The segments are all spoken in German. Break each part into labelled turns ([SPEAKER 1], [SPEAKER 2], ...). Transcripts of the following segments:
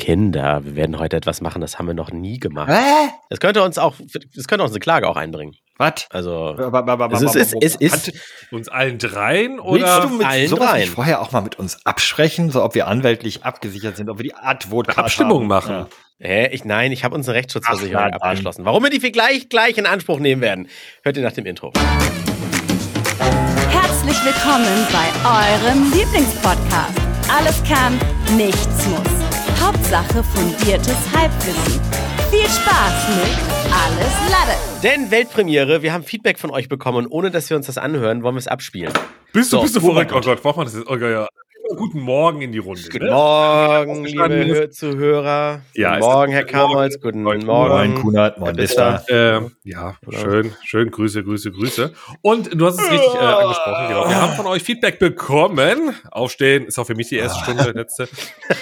[SPEAKER 1] Kinder, wir werden heute etwas machen, das haben wir noch nie gemacht.
[SPEAKER 2] Hä?
[SPEAKER 1] Es könnte uns auch, es könnte uns eine Klage auch einbringen.
[SPEAKER 2] Was?
[SPEAKER 3] Äh,
[SPEAKER 1] Also,
[SPEAKER 2] Es
[SPEAKER 1] es ist, es ist, es
[SPEAKER 3] Hat
[SPEAKER 1] ist
[SPEAKER 3] uns allen dreien
[SPEAKER 2] Willst
[SPEAKER 3] oder?
[SPEAKER 2] du mit
[SPEAKER 1] allen
[SPEAKER 2] sowas
[SPEAKER 1] dreien.
[SPEAKER 2] nicht vorher auch mal mit uns absprechen, so ob wir anwältlich abgesichert sind, ob wir die Advokat
[SPEAKER 3] Eine Abstimmung
[SPEAKER 2] haben?
[SPEAKER 3] machen.
[SPEAKER 2] Ja.
[SPEAKER 1] hä, ich, nein, ich habe uns eine Rechtsschutzversicherung
[SPEAKER 2] Ach, na dann.
[SPEAKER 1] abgeschlossen. Warum wir die wir gleich, gleich in Anspruch nehmen werden, hört ihr nach dem Intro.
[SPEAKER 4] Herzlich willkommen bei eurem Lieblingspodcast. Alles kann, nichts muss. Hauptsache fundiertes Halbwissen. Viel Spaß mit Alles Lade.
[SPEAKER 1] Denn Weltpremiere, wir haben Feedback von euch bekommen und ohne dass wir uns das anhören, wollen wir es abspielen.
[SPEAKER 3] Bist
[SPEAKER 1] So,
[SPEAKER 3] du, bist du
[SPEAKER 1] oh mein
[SPEAKER 3] verrückt? Oh Gott, braucht man das jetzt? Oh, ja, ja. Guten Morgen in die Runde.
[SPEAKER 1] Guten
[SPEAKER 2] Genau.
[SPEAKER 3] ne?
[SPEAKER 1] Morgen, liebe
[SPEAKER 3] verstanden.
[SPEAKER 1] Hör- Zuhörer.
[SPEAKER 3] Ja,
[SPEAKER 1] guten
[SPEAKER 3] ist das-
[SPEAKER 1] Morgen, Herr Kamholz. Guten
[SPEAKER 3] Moin,
[SPEAKER 1] Morgen.
[SPEAKER 2] Moin, Kunert, moin,
[SPEAKER 1] Herr
[SPEAKER 2] Lister.
[SPEAKER 3] Ähm, ja, schön, schön, Grüße, Grüße, Grüße. Und du hast es richtig äh, angesprochen, genau. Wir haben von euch Feedback bekommen. Aufstehen ist auch für mich die
[SPEAKER 2] Ah.
[SPEAKER 3] erste Stunde, letzte.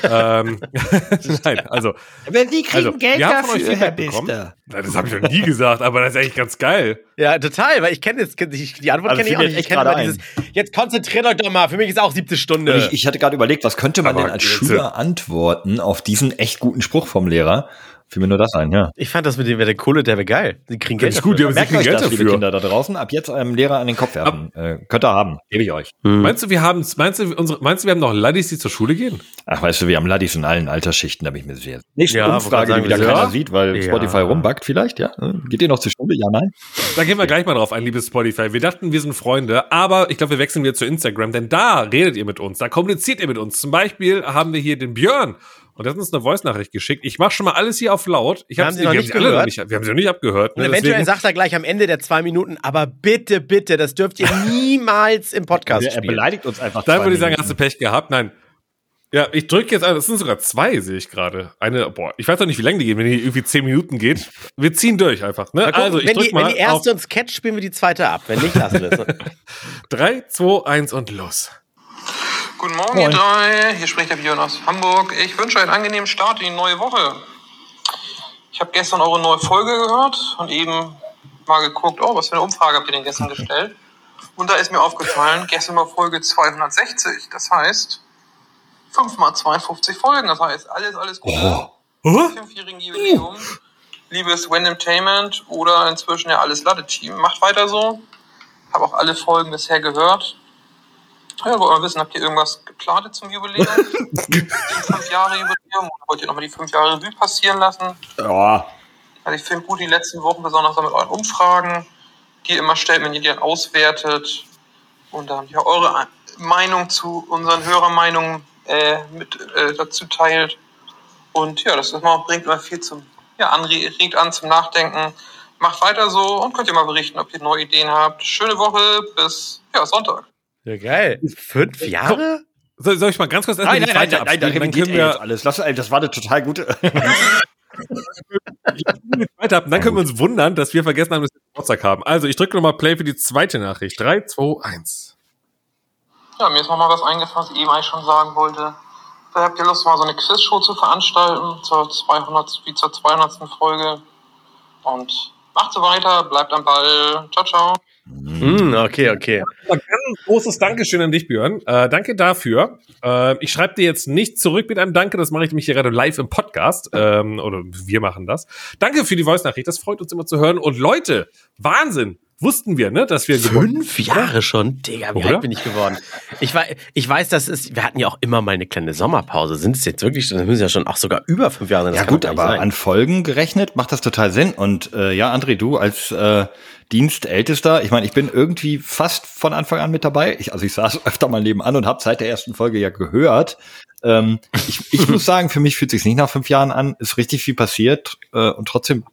[SPEAKER 3] ähm, nein, also,
[SPEAKER 2] Wenn Sie kriegen
[SPEAKER 3] also
[SPEAKER 2] Geld
[SPEAKER 3] wir haben von euch
[SPEAKER 2] dafür, Herr
[SPEAKER 3] Feedback bekommen.
[SPEAKER 2] Bister.
[SPEAKER 3] Nein, das habe ich noch nie gesagt, aber das ist eigentlich ganz geil.
[SPEAKER 1] Ja, total, weil ich kenne jetzt kenn ich, die Antwort
[SPEAKER 2] Also
[SPEAKER 1] kenne ich
[SPEAKER 2] fiel
[SPEAKER 1] auch
[SPEAKER 2] mir
[SPEAKER 1] nicht. Ich
[SPEAKER 2] echt
[SPEAKER 1] kenne
[SPEAKER 2] gerade
[SPEAKER 1] immer dieses, jetzt konzentriert euch doch mal, für mich ist auch siebte Stunde.
[SPEAKER 2] Ich, ich hatte gerade überlegt, was könnte man
[SPEAKER 3] Aber
[SPEAKER 2] denn als
[SPEAKER 3] Goethe.
[SPEAKER 2] Schüler antworten auf diesen echt guten Spruch vom Lehrer? Fiel mir nur das ein, ja.
[SPEAKER 1] Ich fand das mit dem, wer der Kohle, der wäre geil. Die kriegen Geld.
[SPEAKER 3] Finde ich gut, die haben sie
[SPEAKER 2] Merkt
[SPEAKER 3] kriegen
[SPEAKER 2] euch
[SPEAKER 3] Geld
[SPEAKER 2] das, liebe
[SPEAKER 3] dafür.
[SPEAKER 2] Kinder da draußen. Ab jetzt einem Lehrer an den Kopf werfen. Äh, könnt ihr haben, gebe ich euch.
[SPEAKER 3] Meinst du, wir haben, meinst du, unsere, meinst du, wir haben noch Laddies, die zur Schule gehen?
[SPEAKER 2] Ach, weißt du, wir haben Ladis in allen Altersschichten, da bin ich mir sicher. Nächste
[SPEAKER 1] Ja, wollte
[SPEAKER 2] Umfrage,
[SPEAKER 1] gerade
[SPEAKER 2] die wieder
[SPEAKER 1] sagen,
[SPEAKER 2] keiner
[SPEAKER 3] ja.
[SPEAKER 2] sieht, weil
[SPEAKER 1] Ja.
[SPEAKER 2] Spotify rumbackt vielleicht, ja? Äh, Geht ihr noch zur Schule? Ja, nein?
[SPEAKER 3] Da gehen wir gleich mal drauf ein, liebes Spotify. Wir dachten, wir sind Freunde, aber ich glaube, wir wechseln wieder zu Instagram, denn da redet ihr mit uns, da kommuniziert ihr mit uns. Zum Beispiel haben wir hier den Björn und der hat uns eine Voice-Nachricht geschickt. Ich mache schon mal alles hier auf laut. Ich
[SPEAKER 1] Wir
[SPEAKER 3] hab's-
[SPEAKER 1] haben sie noch
[SPEAKER 3] wir
[SPEAKER 1] nicht
[SPEAKER 3] alle
[SPEAKER 1] gehört.
[SPEAKER 3] nicht, wir haben sie noch nicht abgehört.
[SPEAKER 1] Und
[SPEAKER 3] Ne?
[SPEAKER 1] eventuell
[SPEAKER 3] Deswegen,
[SPEAKER 1] sagt er gleich am Ende der zwei Minuten, aber bitte, bitte, das dürft ihr niemals im Podcast
[SPEAKER 2] er
[SPEAKER 1] spielen.
[SPEAKER 2] beleidigt uns einfach.
[SPEAKER 3] dann
[SPEAKER 2] zwei
[SPEAKER 3] würde ich sagen,
[SPEAKER 2] Minuten.
[SPEAKER 3] hast du Pech gehabt. Nein. Ja, ich drücke jetzt an. Es sind sogar zwei, sehe ich gerade. Eine, boah, ich weiß doch nicht, wie lange die gehen, wenn die irgendwie zehn Minuten geht. Wir ziehen durch einfach. Ne?
[SPEAKER 1] Mal gucken,
[SPEAKER 3] also ich
[SPEAKER 1] wenn,
[SPEAKER 3] drück
[SPEAKER 1] die,
[SPEAKER 3] mal
[SPEAKER 1] wenn die erste uns catcht, spielen wir die zweite ab. Wenn nicht, lassen wir es.
[SPEAKER 3] auf 3, 2, 1 und los.
[SPEAKER 5] Guten Morgen, ihr drei. Hier spricht der Björn aus Hamburg. Ich wünsche einen angenehmen Start in die neue Woche. Ich habe gestern eure neue Folge gehört und eben mal geguckt, oh, was für eine Umfrage habt ihr denn gestern gestellt? Und da ist mir aufgefallen, gestern war Folge 260. Das heißt, 5 mal 52 Folgen. Das heißt, alles, alles Gute. Zum Fünfjährigen Jubiläum. Liebes Wendertainment oder inzwischen ja alles Latte-Team. Macht weiter so. Habe auch alle Folgen bisher gehört. Ja, wollt mal wissen, habt ihr irgendwas geplant zum Jubiläum? Die fünf Jahre Jubiläum? Oder wollt ihr nochmal die fünf Jahre Revue passieren lassen?
[SPEAKER 2] Ja.
[SPEAKER 5] Also ich finde gut die letzten Wochen, besonders auch mit euren Umfragen, die ihr immer stellt, wenn ihr die dann auswertet. Und da habt ihr eure A- Meinung zu unseren Hörermeinungen äh, mit äh, dazu teilt. Und ja, das ist immer, bringt immer viel zum, ja, anre- regt an zum Nachdenken. Macht weiter so und könnt ihr mal berichten, ob ihr neue Ideen habt. Schöne Woche, bis ja, Sonntag.
[SPEAKER 1] ja, geil. Fünf Jahre?
[SPEAKER 3] Soll, soll ich mal ganz kurz erstmal
[SPEAKER 2] Nein,
[SPEAKER 3] die
[SPEAKER 2] nein, nein, nein,
[SPEAKER 3] zweite
[SPEAKER 2] nein, da
[SPEAKER 3] abspielen? Dann
[SPEAKER 2] revidiert
[SPEAKER 3] können
[SPEAKER 2] er eh jetzt
[SPEAKER 3] wir
[SPEAKER 2] alles. Lass, ey, das war eine total gute.
[SPEAKER 3] zweite ab. Dann können wir uns wundern, dass wir vergessen haben, dass wir Geburtstag haben. Also, ich drücke nochmal Play für die zweite Nachricht. 3, 2, 1.
[SPEAKER 5] Ja, mir ist nochmal was eingefallen, was ich eben eigentlich schon sagen wollte. Da habt ihr Lust, mal so eine Quizshow zu veranstalten, zur 200, wie zur 200. Folge. Und macht so weiter, bleibt am Ball. Ciao, ciao.
[SPEAKER 1] Hm, okay, okay.
[SPEAKER 3] Ein ganz großes Dankeschön an dich, Björn. Äh, danke dafür. Äh, ich schreibe dir jetzt nicht zurück mit einem Danke, das mache ich nämlich hier gerade live im Podcast. Ähm, oder wir machen das. Danke für die Voice-Nachricht, das freut uns immer zu hören. Und Leute, Wahnsinn, wussten wir, ne, dass wir gewonnen
[SPEAKER 1] Fünf Jahre schon? Digga, wie
[SPEAKER 3] Oder?
[SPEAKER 1] alt bin ich geworden? Ich, wei- ich weiß, das ist, wir hatten ja auch immer mal eine kleine Sommerpause. Sind es jetzt wirklich, das müssen ja schon auch sogar über fünf Jahre sein. Das
[SPEAKER 2] Ja
[SPEAKER 1] kann
[SPEAKER 2] gut,
[SPEAKER 1] doch gar
[SPEAKER 2] aber
[SPEAKER 1] nicht
[SPEAKER 2] an Folgen gerechnet macht das total Sinn. Und äh, ja, André, du als äh, Dienstältester, ich meine, ich bin irgendwie fast von Anfang an mit dabei. Ich, also ich saß öfter mal nebenan und habe seit der ersten Folge ja gehört. Ähm, ich, ich muss sagen, für mich fühlt sich nicht nach fünf Jahren an. Ist richtig viel passiert äh, und trotzdem.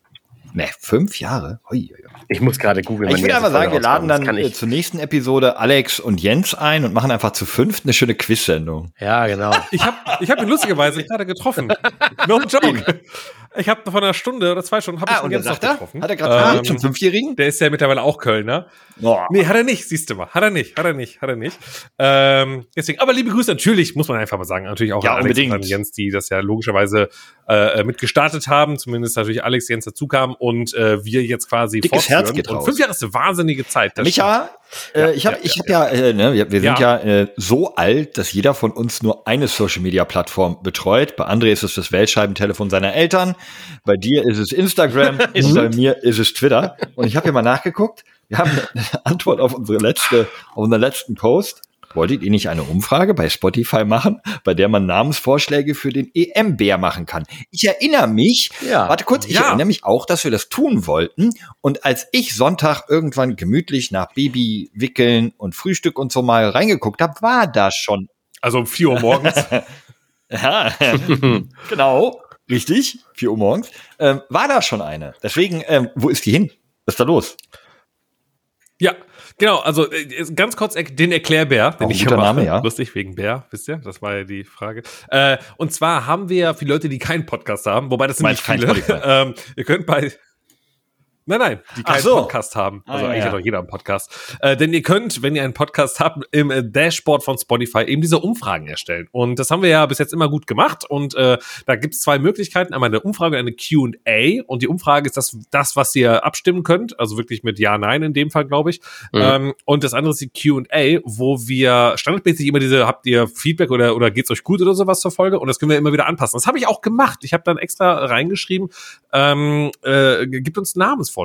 [SPEAKER 2] Ne, fünf Jahre? Ui, ui, ui.
[SPEAKER 1] sein. Ich muss gerade googeln. wann
[SPEAKER 2] Ich
[SPEAKER 1] die
[SPEAKER 2] würde
[SPEAKER 1] erste
[SPEAKER 2] aber sagen, wir
[SPEAKER 1] Folge rauskam.
[SPEAKER 2] laden
[SPEAKER 1] Das
[SPEAKER 2] dann
[SPEAKER 1] kann
[SPEAKER 2] äh,
[SPEAKER 1] ich.
[SPEAKER 2] zur nächsten Episode Alex und Jens ein und machen einfach zu fünft eine schöne Quiz-Sendung.
[SPEAKER 1] Ja, genau.
[SPEAKER 3] Ich habe ich hab ihn lustigerweise gerade getroffen. No joke. Ich habe vor einer Stunde oder zwei Stunden habe
[SPEAKER 2] Ah,
[SPEAKER 3] ich ihn jetzt noch getroffen.
[SPEAKER 2] Hat er gerade ähm,
[SPEAKER 3] Ähm,
[SPEAKER 2] zum Fünfjährigen?
[SPEAKER 3] der ist ja mittlerweile auch Kölner.
[SPEAKER 2] Boah.
[SPEAKER 3] Nee, hat er nicht, siehst du mal. Hat er nicht, hat er nicht, hat er nicht. Ähm, deswegen, aber liebe Grüße natürlich, muss man einfach mal sagen, natürlich auch
[SPEAKER 2] Ja,
[SPEAKER 3] an Alex und
[SPEAKER 2] unbedingt.
[SPEAKER 3] an Jens, die das ja logischerweise äh, mitgestartet haben, zumindest natürlich Alex Jens dazu kam und äh, wir jetzt quasi
[SPEAKER 2] Dickes Herz geht
[SPEAKER 3] und
[SPEAKER 2] raus.
[SPEAKER 3] fünf Jahre ist eine wahnsinnige Zeit. das
[SPEAKER 2] Micha,
[SPEAKER 3] Ja,
[SPEAKER 2] äh, ich habe
[SPEAKER 3] ja,
[SPEAKER 2] ich
[SPEAKER 3] ja,
[SPEAKER 2] hab ja, äh, ne, wir, wir sind
[SPEAKER 3] Ja.
[SPEAKER 2] ja, äh, so alt, dass jeder von uns nur eine Social Media Plattform betreut. Bei André ist es das Weltscheibentelefon seiner Eltern, bei dir ist es Instagram und bei mir ist es Twitter. Und ich habe hier mal nachgeguckt. Wir haben eine Antwort auf unsere letzte, auf unseren letzten Post. Wolltet ihr nicht eine Umfrage bei Spotify machen, bei der man Namensvorschläge für den EM-Bär machen kann? Ich erinnere mich,
[SPEAKER 1] Ja.
[SPEAKER 2] warte kurz, ich
[SPEAKER 3] Ja.
[SPEAKER 2] erinnere mich auch, dass wir das tun wollten. Und als ich Sonntag irgendwann gemütlich nach Baby wickeln und Frühstück und so mal reingeguckt habe, war das schon.
[SPEAKER 3] Also um 4 Uhr morgens.
[SPEAKER 2] Ja, genau, richtig, 4 Uhr morgens, ähm, war da schon eine. Deswegen, ähm, wo ist die hin? Was ist da los?
[SPEAKER 3] ja, genau. Also äh, ganz kurz erk- den Erklärbär, den
[SPEAKER 2] Auch ein
[SPEAKER 3] ich hier
[SPEAKER 2] guter
[SPEAKER 3] mache.
[SPEAKER 2] Name, ja.
[SPEAKER 3] Lustig wegen Bär, wisst ihr? Das war ja die Frage. Äh, und zwar haben wir für die Leute, die keinen Podcast haben, wobei das sind
[SPEAKER 2] Meinst kein
[SPEAKER 3] nicht viele.
[SPEAKER 2] Spotify?
[SPEAKER 3] ähm, ihr könnt bei Nein, nein, die
[SPEAKER 2] Ach
[SPEAKER 3] keinen
[SPEAKER 2] so.
[SPEAKER 3] Podcast haben.
[SPEAKER 2] Ah,
[SPEAKER 3] Also
[SPEAKER 2] ja,
[SPEAKER 3] eigentlich
[SPEAKER 2] ja.
[SPEAKER 3] hat doch jeder einen Podcast. Äh, denn ihr könnt, wenn ihr einen Podcast habt, im äh, Dashboard von Spotify eben diese Umfragen erstellen. Und das haben wir ja bis jetzt immer gut gemacht. Und äh, da gibt es zwei Möglichkeiten. Einmal eine Umfrage, und eine Q&A. Und die Umfrage ist das, das, was ihr abstimmen könnt. Also wirklich mit Ja, Nein in dem Fall, glaube ich.
[SPEAKER 1] Mhm.
[SPEAKER 3] Ähm, und das andere ist die Q&A, wo wir standardmäßig immer diese, habt ihr Feedback oder, oder geht's euch gut oder sowas zur Folge? Und das können wir immer wieder anpassen. Das habe ich auch gemacht. Ich habe dann extra reingeschrieben, ähm, äh, gibt uns Namensvorschläge.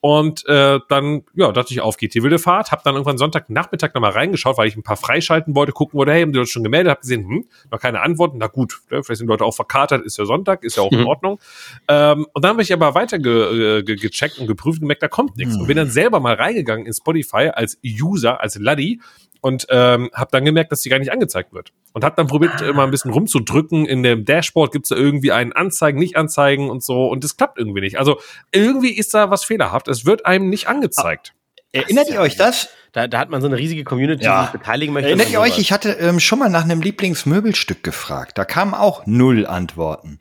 [SPEAKER 3] Und äh, dann, ja, dachte ich, auf geht die wilde Fahrt. Hab dann irgendwann Sonntagnachmittag nochmal reingeschaut, weil ich ein paar freischalten wollte, gucken wollte, hey, haben die Leute schon gemeldet? Hab gesehen, hm, noch keine Antworten. Na gut, ne, vielleicht sind die Leute auch verkatert, ist ja Sonntag, ist ja auch in Ordnung. Ähm, und dann habe ich aber weiter ge, äh, ge, gecheckt und geprüft und gemerkt, da kommt nichts. Und bin
[SPEAKER 2] Hm.
[SPEAKER 3] dann selber mal reingegangen in Spotify als User, als Laddy und ähm, habe dann gemerkt, dass die gar nicht angezeigt wird. Und habe dann probiert,
[SPEAKER 2] Ah.
[SPEAKER 3] immer ein bisschen rumzudrücken. In dem Dashboard gibt's da irgendwie einen Anzeigen, nicht Anzeigen und so. Und das klappt irgendwie nicht. Also irgendwie ist da was fehlerhaft. Es wird einem nicht angezeigt.
[SPEAKER 2] Ah, Erinnert ihr euch das?
[SPEAKER 1] Da, da hat man so eine riesige Community,
[SPEAKER 2] Ja.
[SPEAKER 1] die sich beteiligen möchte.
[SPEAKER 2] Erinnert
[SPEAKER 1] und
[SPEAKER 2] ihr euch,
[SPEAKER 1] sowas.
[SPEAKER 2] ich hatte ähm, schon mal nach einem Lieblingsmöbelstück gefragt. Da kamen auch null Antworten.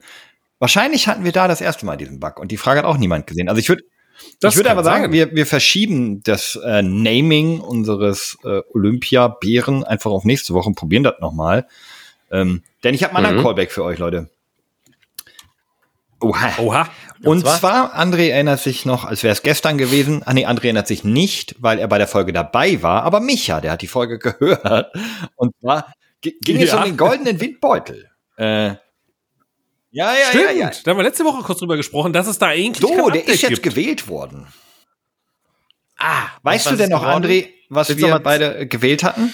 [SPEAKER 2] Wahrscheinlich hatten wir da das erste Mal diesen Bug und die Frage hat auch niemand gesehen. Also ich würde
[SPEAKER 3] Das
[SPEAKER 2] ich würde
[SPEAKER 3] kann
[SPEAKER 2] aber sagen,
[SPEAKER 3] sein.
[SPEAKER 2] wir, wir verschieben das äh, Naming unseres äh, Olympia-Bären einfach auf nächste Woche und probieren das nochmal. Ähm, denn ich habe mal einen
[SPEAKER 1] Mhm.
[SPEAKER 2] Callback für euch, Leute. Oha.
[SPEAKER 3] Oha.
[SPEAKER 2] Und
[SPEAKER 1] zwar?
[SPEAKER 2] zwar? André erinnert sich noch, als wäre es gestern gewesen. Ah nee, André erinnert sich nicht, weil er bei der Folge dabei war, aber Micha, der hat die Folge gehört. Und zwar g- ging es
[SPEAKER 3] Ja.
[SPEAKER 2] um den goldenen Windbeutel. Äh, ja, ja,
[SPEAKER 3] Stimmt.
[SPEAKER 2] ja, ja.
[SPEAKER 3] Da haben wir letzte Woche kurz drüber gesprochen, dass es da eigentlich kein
[SPEAKER 2] So, der
[SPEAKER 3] Update
[SPEAKER 2] ist jetzt
[SPEAKER 3] gibt.
[SPEAKER 2] gewählt worden.
[SPEAKER 1] Ah,
[SPEAKER 2] Weißt
[SPEAKER 1] was
[SPEAKER 2] du denn
[SPEAKER 1] ist
[SPEAKER 2] noch,
[SPEAKER 1] geworden?
[SPEAKER 2] André, was
[SPEAKER 1] Willst du
[SPEAKER 2] wir
[SPEAKER 1] noch mal-
[SPEAKER 2] beide äh, gewählt hatten?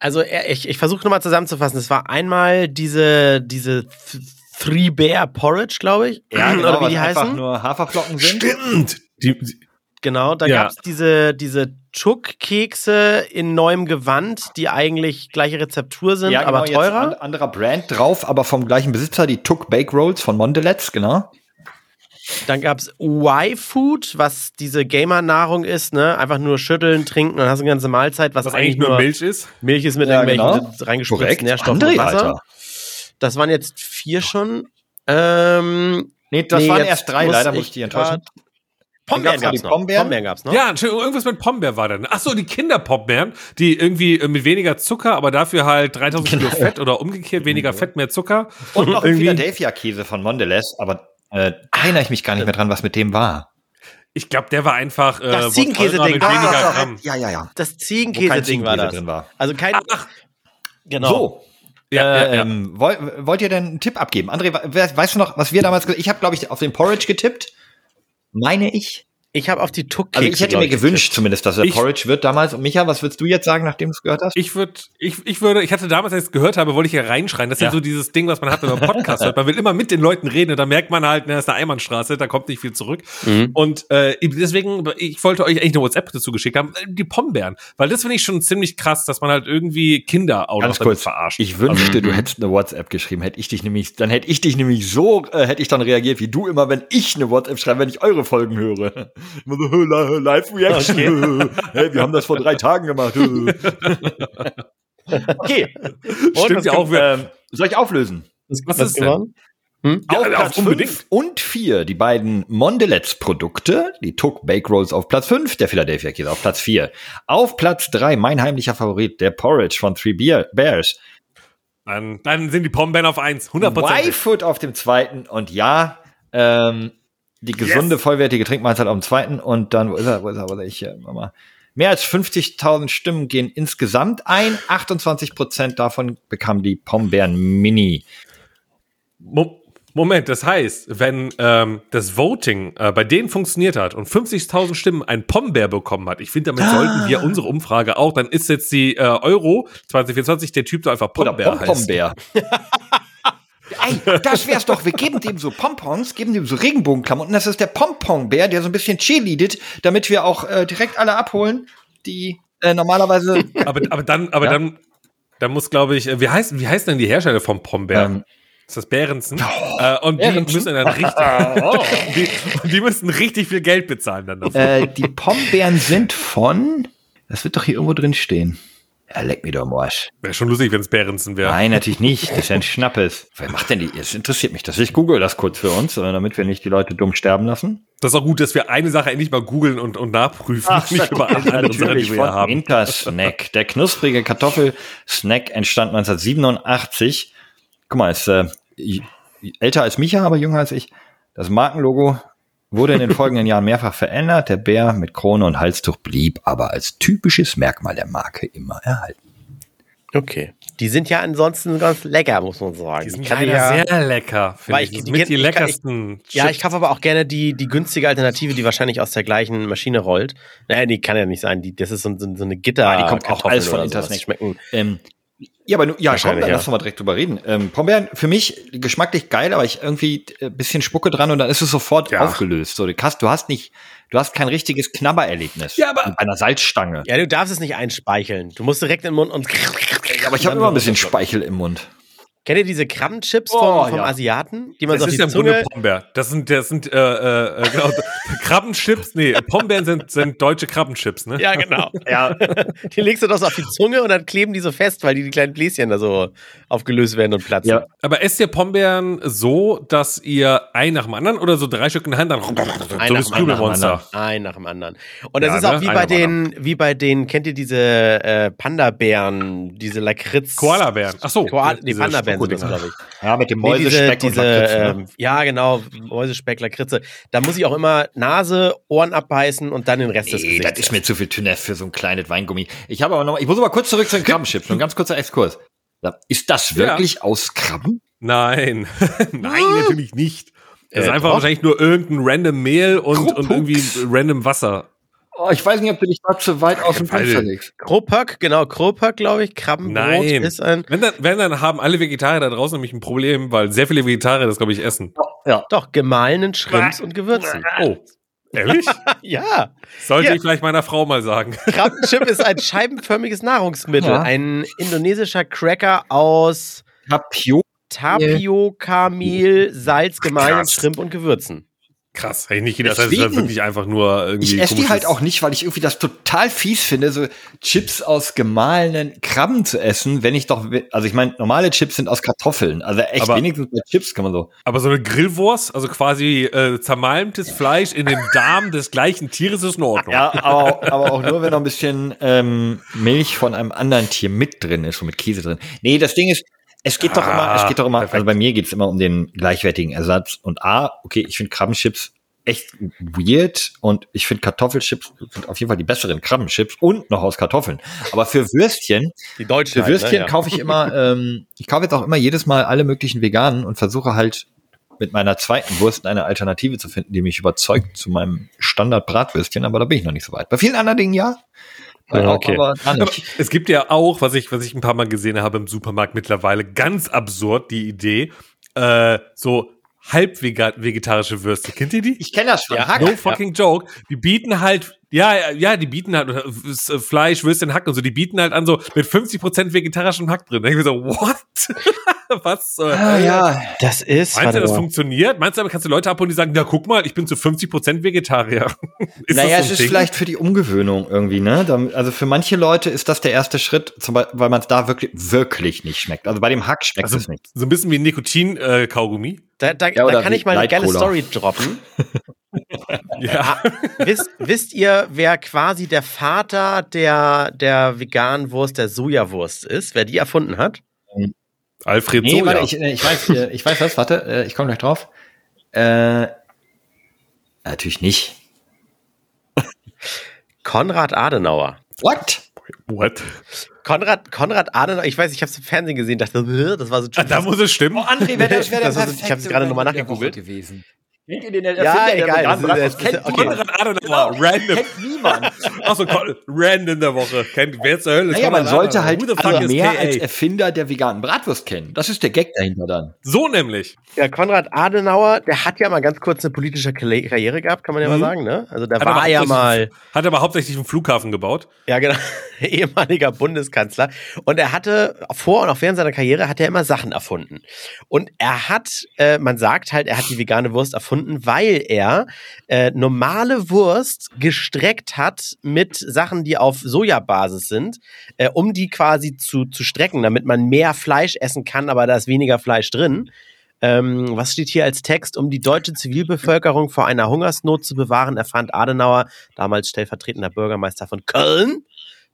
[SPEAKER 1] Also er- ich, ich versuche nochmal zusammenzufassen. Es war einmal diese, diese Th- Three Bear Porridge, glaube ich. oder wie
[SPEAKER 2] genau, was
[SPEAKER 1] die
[SPEAKER 2] einfach
[SPEAKER 1] heißen.
[SPEAKER 2] nur Haferflocken sind.
[SPEAKER 3] Stimmt. Die, die,
[SPEAKER 1] Genau, da
[SPEAKER 3] Ja.
[SPEAKER 1] gab es diese, diese Chuck-Kekse in neuem Gewand, die eigentlich gleiche Rezeptur sind,
[SPEAKER 2] Ja, genau,
[SPEAKER 1] aber
[SPEAKER 2] jetzt an-
[SPEAKER 1] teurer.
[SPEAKER 2] anderer Brand drauf, aber vom gleichen Besitzer, die Tuck Bake Rolls von Mondelez, genau.
[SPEAKER 1] Dann gab es Y-Food, was diese Gamer-Nahrung ist, ne? Einfach nur schütteln, trinken und hast eine ganze Mahlzeit, was
[SPEAKER 3] was eigentlich nur Milch ist.
[SPEAKER 1] Milch ist mit
[SPEAKER 2] Ja,
[SPEAKER 1] irgendwelchen
[SPEAKER 2] genau.
[SPEAKER 1] reingespritzten Nährstoffen und
[SPEAKER 2] André,
[SPEAKER 1] Wasser.
[SPEAKER 2] Alter.
[SPEAKER 1] Das waren jetzt vier schon. Ähm,
[SPEAKER 2] Nee, das
[SPEAKER 1] nee,
[SPEAKER 2] waren
[SPEAKER 1] jetzt
[SPEAKER 2] erst drei,
[SPEAKER 1] muss
[SPEAKER 2] leider muss ich dich enttäuschen.
[SPEAKER 1] grad- Pombeeren
[SPEAKER 2] Dann gab's noch
[SPEAKER 1] gab's
[SPEAKER 2] die
[SPEAKER 1] noch.
[SPEAKER 2] Pombeeren.
[SPEAKER 1] Pombeeren gab's noch.
[SPEAKER 3] Ja, Entschuldigung, irgendwas mit Pombeer war dann. Ach so, die Kinderpombeeren, die irgendwie äh, mit weniger Zucker, aber dafür halt 3000 Kilo
[SPEAKER 2] Genau.
[SPEAKER 3] Fett oder umgekehrt
[SPEAKER 2] Mhm.
[SPEAKER 3] weniger Fett, mehr Zucker.
[SPEAKER 2] Und noch ein
[SPEAKER 3] Irgendwie-
[SPEAKER 2] Philadelphia-Käse von Mondelez, aber äh, da erinnere ich mich gar nicht mehr dran, was mit dem war.
[SPEAKER 3] Ich glaube, der war einfach äh,
[SPEAKER 1] Das
[SPEAKER 3] war
[SPEAKER 1] Ziegenkäse-Ding.
[SPEAKER 3] teurer mit
[SPEAKER 1] Ah,
[SPEAKER 3] weniger
[SPEAKER 1] das
[SPEAKER 3] Gramm.
[SPEAKER 2] Ja, ja, ja.
[SPEAKER 1] Das
[SPEAKER 2] Wo kein
[SPEAKER 1] Ziegenkäse-Ding war
[SPEAKER 2] Ziegenkäse
[SPEAKER 1] das.
[SPEAKER 2] drin war.
[SPEAKER 1] Also kein.
[SPEAKER 3] Ach,
[SPEAKER 1] genau.
[SPEAKER 2] So,
[SPEAKER 3] ja, ja, ja.
[SPEAKER 2] ähm, woll, wollt ihr denn einen Tipp abgeben? André, we- we- weißt du noch, was wir damals ge- Ich habe, glaube ich, auf den Porridge getippt. Meine ich?
[SPEAKER 1] Ich habe auf die Tuck-Kekse.
[SPEAKER 2] Also ich hätte mir
[SPEAKER 1] glaub
[SPEAKER 2] gewünscht zumindest, dass er
[SPEAKER 3] Ich-
[SPEAKER 2] Porridge wird damals. Und Micha, was würdest du jetzt sagen, nachdem du es gehört hast?
[SPEAKER 3] Ich würde, ich, ich würde, ich hatte damals, als ich es gehört habe, wollte ich hier reinschreien. Das ist ja,
[SPEAKER 2] Ja.
[SPEAKER 3] so dieses Ding, was man hat, wenn man Podcast hört. Man will immer mit den Leuten reden und da merkt man halt, na, das ist eine Einbahnstraße, da kommt nicht viel zurück.
[SPEAKER 2] Mhm.
[SPEAKER 3] Und äh, deswegen, ich wollte euch eigentlich eine WhatsApp dazu geschickt haben, Äh, die Pombeeren. Weil das finde ich schon ziemlich krass, dass man halt irgendwie Kinder auch noch damit verarscht.
[SPEAKER 2] Ich wünschte, du hättest eine WhatsApp geschrieben. Hätte ich dich nämlich, dann hätte ich dich nämlich so, äh, hätte ich dann reagiert wie du immer, wenn ich eine WhatsApp schreibe, wenn ich eure Folgen höre. Immer so, hö, la- hö, Live-Reaction. Hey, wir haben das vor drei Tagen gemacht. hö. okay. Und
[SPEAKER 3] Stimmt
[SPEAKER 2] was
[SPEAKER 3] ja auch,
[SPEAKER 2] kommt,
[SPEAKER 3] wir-
[SPEAKER 2] ähm, soll ich auflösen?
[SPEAKER 1] ich.
[SPEAKER 3] Was ist denn?
[SPEAKER 1] geworden?
[SPEAKER 3] Ja,
[SPEAKER 2] auf
[SPEAKER 3] aber
[SPEAKER 2] Platz
[SPEAKER 3] auch unbedingt.
[SPEAKER 2] 5 und 4 die beiden Mondelez-Produkte, die Tuck Bake Rolls auf Platz 5, der Philadelphia Käse auf Platz 4. Auf Platz 3 mein heimlicher Favorit, der Porridge von Three Beer Bears.
[SPEAKER 3] Dann, dann sind die Pombeeren auf eins. 100 Prozent.
[SPEAKER 2] Y-Food auf dem zweiten und ja, ähm, die gesunde,
[SPEAKER 3] Yes.
[SPEAKER 2] vollwertige Trinkmahlzeit auf dem zweiten und dann, wo ist er, wo ist er, wo ist er, ich hier, mal. Mehr als 50.000 Stimmen gehen insgesamt ein, 28% davon bekam die Pombeeren Mini.
[SPEAKER 3] Mo Moment, das heißt, wenn ähm, das Voting äh, bei denen funktioniert hat und 50.000 Stimmen ein Pombeer bekommen hat, ich finde, damit sollten wir unsere Umfrage auch, dann ist jetzt die äh, Euro 2024 der Typ, der einfach
[SPEAKER 2] Oder
[SPEAKER 3] Pombeer heißt.
[SPEAKER 2] Pombeer. Ey, das wär's doch. Wir geben dem so Pompons, geben dem so Regenbogenklamotten. Das ist der Pomponbär, der so ein bisschen cheerleadet, damit wir auch äh, direkt alle abholen, die äh, normalerweise
[SPEAKER 3] Aber, aber dann, aber
[SPEAKER 2] Ja.
[SPEAKER 3] dann, dann muss, glaube ich, äh, wie heißt, wie heißt denn die Hersteller vom Pombeer?
[SPEAKER 2] Ähm.
[SPEAKER 3] Ist das Behrensen? äh, und die
[SPEAKER 2] Behrensen?
[SPEAKER 3] müssen dann richtig, die, und die müssen richtig viel Geld bezahlen dann dafür.
[SPEAKER 2] Äh, die Pombeeren sind von. Das wird doch hier irgendwo drin stehen. Ja, leck mir doch am Arsch.
[SPEAKER 3] Wäre schon lustig, wenn es Behrensen wäre.
[SPEAKER 2] Nein, natürlich nicht. Das ist ja ein Schnappes. Wer macht denn die? Das interessiert mich. Das ich google das kurz für uns, äh, damit wir nicht die Leute dumm sterben lassen.
[SPEAKER 3] Das ist auch gut, dass wir eine Sache endlich mal googeln und, und nachprüfen. nicht über alle anderen Sachen, die wir hier haben.
[SPEAKER 2] Wintersnack. Der knusprige Kartoffelsnack entstand 1987. Guck mal, ist äh, j- älter als Micha, aber jünger als ich. Das Markenlogo wurde in den folgenden Jahren mehrfach verändert. Der Bär mit Krone und Halstuch blieb aber als typisches Merkmal der Marke immer erhalten.
[SPEAKER 1] Okay. Die sind ja ansonsten ganz lecker, muss man sagen.
[SPEAKER 3] Die sind
[SPEAKER 1] Ich kann
[SPEAKER 3] leider
[SPEAKER 1] ja,
[SPEAKER 3] sehr lecker, finde
[SPEAKER 1] Weil
[SPEAKER 3] ich.
[SPEAKER 1] ich-
[SPEAKER 3] Das
[SPEAKER 1] die
[SPEAKER 3] sind mit
[SPEAKER 1] kenn-
[SPEAKER 3] die
[SPEAKER 1] ich kann-
[SPEAKER 3] leckersten.
[SPEAKER 1] ja, ich
[SPEAKER 3] Chips.
[SPEAKER 1] kaufe aber auch gerne die, die günstige Alternative, die wahrscheinlich aus der gleichen Maschine rollt. Naja, die kann ja nicht sein. Die, das ist so, so, so eine Gitter.
[SPEAKER 2] Ah, die kommt auch
[SPEAKER 1] Kartoffeln
[SPEAKER 2] alles von
[SPEAKER 1] oder sowas.
[SPEAKER 2] Intersnack.
[SPEAKER 1] Schmecken.
[SPEAKER 2] Ähm, ja, aber nu, ja, komm,
[SPEAKER 1] Wahrscheinlich,
[SPEAKER 2] dann
[SPEAKER 1] ja.
[SPEAKER 2] lass doch mal direkt drüber reden. Ähm, Pombeeren für mich geschmacklich geil, aber ich irgendwie äh, bisschen Spucke dran und dann ist es sofort
[SPEAKER 3] Ja.
[SPEAKER 2] aufgelöst. So, du hast, du hast nicht, du hast kein richtiges Knabbererlebnis.
[SPEAKER 3] Ja, aber-
[SPEAKER 2] mit einer Salzstange.
[SPEAKER 1] Ja, du darfst es nicht einspeicheln. Du musst direkt in den Mund und.
[SPEAKER 2] Ja, aber ich habe immer ein bisschen Speichel im Mund.
[SPEAKER 1] Kennt ihr diese Krabbenchips vom,
[SPEAKER 2] Oh,
[SPEAKER 1] vom
[SPEAKER 2] ja.
[SPEAKER 1] Asiaten, die man
[SPEAKER 3] Das
[SPEAKER 1] so auf
[SPEAKER 3] ist
[SPEAKER 1] die
[SPEAKER 3] ja im Grunde
[SPEAKER 1] Zunge.
[SPEAKER 3] Pombeer. Das sind, das sind äh, äh, genau, Krabbenchips. Nee, Pombeeren sind, sind deutsche Krabbenchips, ne?
[SPEAKER 1] Ja, genau. Ja. Die legst du doch so auf die Zunge und dann kleben die so fest, weil die, die kleinen Bläschen da so aufgelöst werden und platzen.
[SPEAKER 2] Ja.
[SPEAKER 3] Aber esst ihr Pombeeren so, dass ihr ein nach dem anderen oder so drei Stück in der Hand dann so
[SPEAKER 1] nach
[SPEAKER 3] das
[SPEAKER 1] dem anderen,
[SPEAKER 3] Kübelmonster.
[SPEAKER 1] Ein nach dem anderen. Und das
[SPEAKER 3] Ja,
[SPEAKER 1] ist auch
[SPEAKER 3] ne?
[SPEAKER 1] wie
[SPEAKER 3] Ein
[SPEAKER 1] bei
[SPEAKER 3] nach dem
[SPEAKER 1] den, wie bei den, kennt ihr diese äh, Panda-Bären, diese Lakritz.
[SPEAKER 3] Koala-Bären. Ach so.
[SPEAKER 1] Koala, die
[SPEAKER 3] diese
[SPEAKER 1] Panda-Bären sind das,
[SPEAKER 3] Schokodinger.
[SPEAKER 1] glaube ich.
[SPEAKER 2] Ja, mit dem
[SPEAKER 1] Nee, diese,
[SPEAKER 2] Mäusespeck und
[SPEAKER 1] diese,
[SPEAKER 2] Lakritz, ne?
[SPEAKER 1] ähm, Ja, genau, Mäusespeck, Lakritze. Da muss ich auch immer Nase, Ohren abbeißen und dann den Rest des
[SPEAKER 2] Nee,
[SPEAKER 1] Gesichts.
[SPEAKER 2] das ist mir zu viel Tünef für so ein kleines Weingummi. Ich habe aber noch, ich muss aber kurz zurück zu den Krabbenchips. Nur ein ganz kurzer Exkurs. Ist das wirklich aus Krabben?
[SPEAKER 3] Nein. Nein, natürlich nicht. Das ist
[SPEAKER 1] Äh,
[SPEAKER 3] einfach
[SPEAKER 1] doch.
[SPEAKER 3] wahrscheinlich nur irgendein random Mehl und, und
[SPEAKER 2] Kruppucks.
[SPEAKER 3] irgendwie random Wasser.
[SPEAKER 2] Oh, ich weiß nicht, ob du dich da zu weit aus dem
[SPEAKER 3] Weil-
[SPEAKER 2] Fenster legst.
[SPEAKER 1] Kropöck, genau, Kropöck, glaube ich. Krabbenbrot
[SPEAKER 3] Nein.
[SPEAKER 1] ist ein.
[SPEAKER 3] Wenn dann, wenn dann haben alle Vegetarier da draußen nämlich ein Problem, weil sehr viele Vegetarier das, glaube ich, essen.
[SPEAKER 1] Doch, gemahlenen Shrimps und Gewürzen.
[SPEAKER 3] Oh. Ehrlich?
[SPEAKER 1] Ja.
[SPEAKER 3] Sollte
[SPEAKER 1] Ja.
[SPEAKER 3] ich vielleicht meiner Frau mal sagen.
[SPEAKER 1] Krabbenchip ist ein scheibenförmiges Nahrungsmittel.
[SPEAKER 2] Ja.
[SPEAKER 1] Ein indonesischer Cracker aus
[SPEAKER 2] Tapio
[SPEAKER 1] Tapioca, Mehl, Salz, gemahlenen
[SPEAKER 3] Krass.
[SPEAKER 1] Shrimp und Gewürzen.
[SPEAKER 3] Krass, hätte ich nicht gedacht, dass das
[SPEAKER 2] Deswegen.
[SPEAKER 3] wirklich einfach nur irgendwie.
[SPEAKER 2] Ich esse die
[SPEAKER 3] komisches-
[SPEAKER 2] halt auch nicht, weil ich irgendwie das total fies finde, so Chips aus gemahlenen Krabben zu essen, wenn ich doch, we- also ich meine, normale Chips sind aus Kartoffeln, also echt
[SPEAKER 3] Aber-
[SPEAKER 2] wenigstens bei Chips kann man so.
[SPEAKER 3] Aber so eine Grillwurst, also quasi äh, zermalmtes Fleisch in dem Darm des gleichen Tieres ist in Ordnung.
[SPEAKER 2] Ja, aber, aber auch nur, wenn noch ein bisschen ähm, Milch von einem anderen Tier mit drin ist, so mit Käse drin. Nee, das Ding ist, es geht doch immer,
[SPEAKER 3] Ah,
[SPEAKER 2] es geht doch immer, also
[SPEAKER 3] perfekt.
[SPEAKER 2] bei mir geht es immer um den gleichwertigen Ersatz. Und A, okay, ich finde Krabbenchips echt weird und ich finde Kartoffelchips sind auf jeden Fall die besseren Krabbenchips und noch aus Kartoffeln. Aber für Würstchen
[SPEAKER 1] Die deutschen.
[SPEAKER 2] Für
[SPEAKER 1] halt, ne?
[SPEAKER 2] Würstchen
[SPEAKER 1] Ja.
[SPEAKER 2] kaufe ich immer, ähm, ich kaufe jetzt auch immer jedes Mal alle möglichen Veganen und versuche halt mit meiner zweiten Wurst eine Alternative zu finden, die mich überzeugt zu meinem Standard-Bratwürstchen, aber da bin ich noch nicht so weit. Bei vielen anderen Dingen ja. Bei
[SPEAKER 1] Ja,
[SPEAKER 2] auch-
[SPEAKER 1] okay.
[SPEAKER 2] aber da
[SPEAKER 3] Aber
[SPEAKER 2] nicht.
[SPEAKER 3] es gibt ja auch, was ich, was ich ein paar Mal gesehen habe im Supermarkt mittlerweile, ganz absurd die Idee, äh, so halb vega- vegetarische Würste. Kennt ihr die?
[SPEAKER 2] Ich kenne das schon.
[SPEAKER 1] Ja,
[SPEAKER 2] Hack.
[SPEAKER 3] No fucking joke. Die bieten halt, ja, ja, ja, die bieten halt äh, s- äh, Fleisch, Würstchen, Hack und so. Die bieten halt an so mit 50% vegetarischem Hack drin. Da denke ich mir so, what? Was? soll-
[SPEAKER 2] Ah, ja.
[SPEAKER 1] Das ist.
[SPEAKER 3] Meinst
[SPEAKER 1] warte
[SPEAKER 3] du, das
[SPEAKER 1] mal.
[SPEAKER 3] funktioniert? Meinst du, damit kannst du Leute abholen, die sagen, na guck mal, ich bin zu 50% Vegetarier.
[SPEAKER 2] naja,
[SPEAKER 3] ist das so ein
[SPEAKER 2] es ist
[SPEAKER 3] Ding?
[SPEAKER 2] vielleicht für die Umgewöhnung irgendwie, ne? Dam- Also für manche Leute ist das der erste Schritt, zum Beispiel, weil man es da wirklich, wirklich nicht schmeckt. Also bei dem Hack schmeckt
[SPEAKER 3] also,
[SPEAKER 2] es nicht.
[SPEAKER 3] so ein bisschen wie äh, Nikotin-Kaugummi.
[SPEAKER 1] Da, da,
[SPEAKER 2] Ja, oder
[SPEAKER 1] da kann ich mal eine geile
[SPEAKER 2] Light-Cola.
[SPEAKER 1] Story droppen.
[SPEAKER 3] Ja.
[SPEAKER 1] wisst, wisst ihr, wer quasi der Vater der, der veganen Wurst, der Sojawurst ist? Wer die erfunden hat?
[SPEAKER 3] Alfred
[SPEAKER 2] Nee,
[SPEAKER 3] Soja.
[SPEAKER 2] warte, ich, ich weiß, äh, ich weiß was, warte, äh, ich komme gleich drauf. Äh, natürlich nicht.
[SPEAKER 1] Konrad Adenauer.
[SPEAKER 2] What?
[SPEAKER 3] What?
[SPEAKER 1] Konrad, Konrad Adenauer, ich weiß, ich habe es im Fernsehen gesehen, dachte, "Bäh", das war so
[SPEAKER 3] Ah, Da muss es stimmen.
[SPEAKER 2] Oh,
[SPEAKER 6] André wäre
[SPEAKER 1] Das
[SPEAKER 6] der, wär der
[SPEAKER 1] ist- ich hab's
[SPEAKER 6] perfekte
[SPEAKER 1] gerade
[SPEAKER 6] Moment
[SPEAKER 1] nochmal
[SPEAKER 6] der Woche
[SPEAKER 1] nachgegoogelt.
[SPEAKER 6] gewesen. Kennt ihr den Erfinder,
[SPEAKER 1] Ja,
[SPEAKER 6] der
[SPEAKER 1] egal,
[SPEAKER 6] vegan
[SPEAKER 1] das ist-
[SPEAKER 6] Bratwurst
[SPEAKER 1] das ist-
[SPEAKER 6] kennt
[SPEAKER 1] okay.
[SPEAKER 6] niemand.
[SPEAKER 3] Konrad Adenauer, random.
[SPEAKER 6] Kennt niemand.
[SPEAKER 3] Achso, random der Woche. Kennt, wer zur Hölle? ist
[SPEAKER 2] Naja, man
[SPEAKER 3] Konrad
[SPEAKER 2] sollte
[SPEAKER 3] Adenauer?
[SPEAKER 2] halt
[SPEAKER 3] Who the fuck
[SPEAKER 2] also
[SPEAKER 3] is
[SPEAKER 2] mehr
[SPEAKER 3] KA?
[SPEAKER 2] als Erfinder der veganen Bratwurst kennen. Das ist der Gag dahinter dann.
[SPEAKER 3] So nämlich.
[SPEAKER 1] Ja, Konrad Adenauer, der hat ja mal ganz kurz eine politische Karri- Karriere gehabt, kann man ja
[SPEAKER 3] Mhm.
[SPEAKER 1] mal sagen, ne? Also der
[SPEAKER 3] Hat aber
[SPEAKER 1] war ja mal,
[SPEAKER 3] hauptsächlich- Hat aber hauptsächlich einen Flughafen gebaut.
[SPEAKER 1] ja genau, ehemaliger Bundeskanzler. Und er hatte vor und auch während seiner Karriere hat er immer Sachen erfunden. Und er hat, äh, man sagt halt, er hat die vegane Wurst erfunden, weil er äh, normale Wurst gestreckt hat mit Sachen, die auf Sojabasis sind, äh, um die quasi zu, zu strecken, damit man mehr Fleisch essen kann, aber da ist weniger Fleisch drin. Ähm, was steht hier als Text? Um die deutsche Zivilbevölkerung vor einer Hungersnot zu bewahren, erfand Adenauer, damals stellvertretender Bürgermeister von Köln,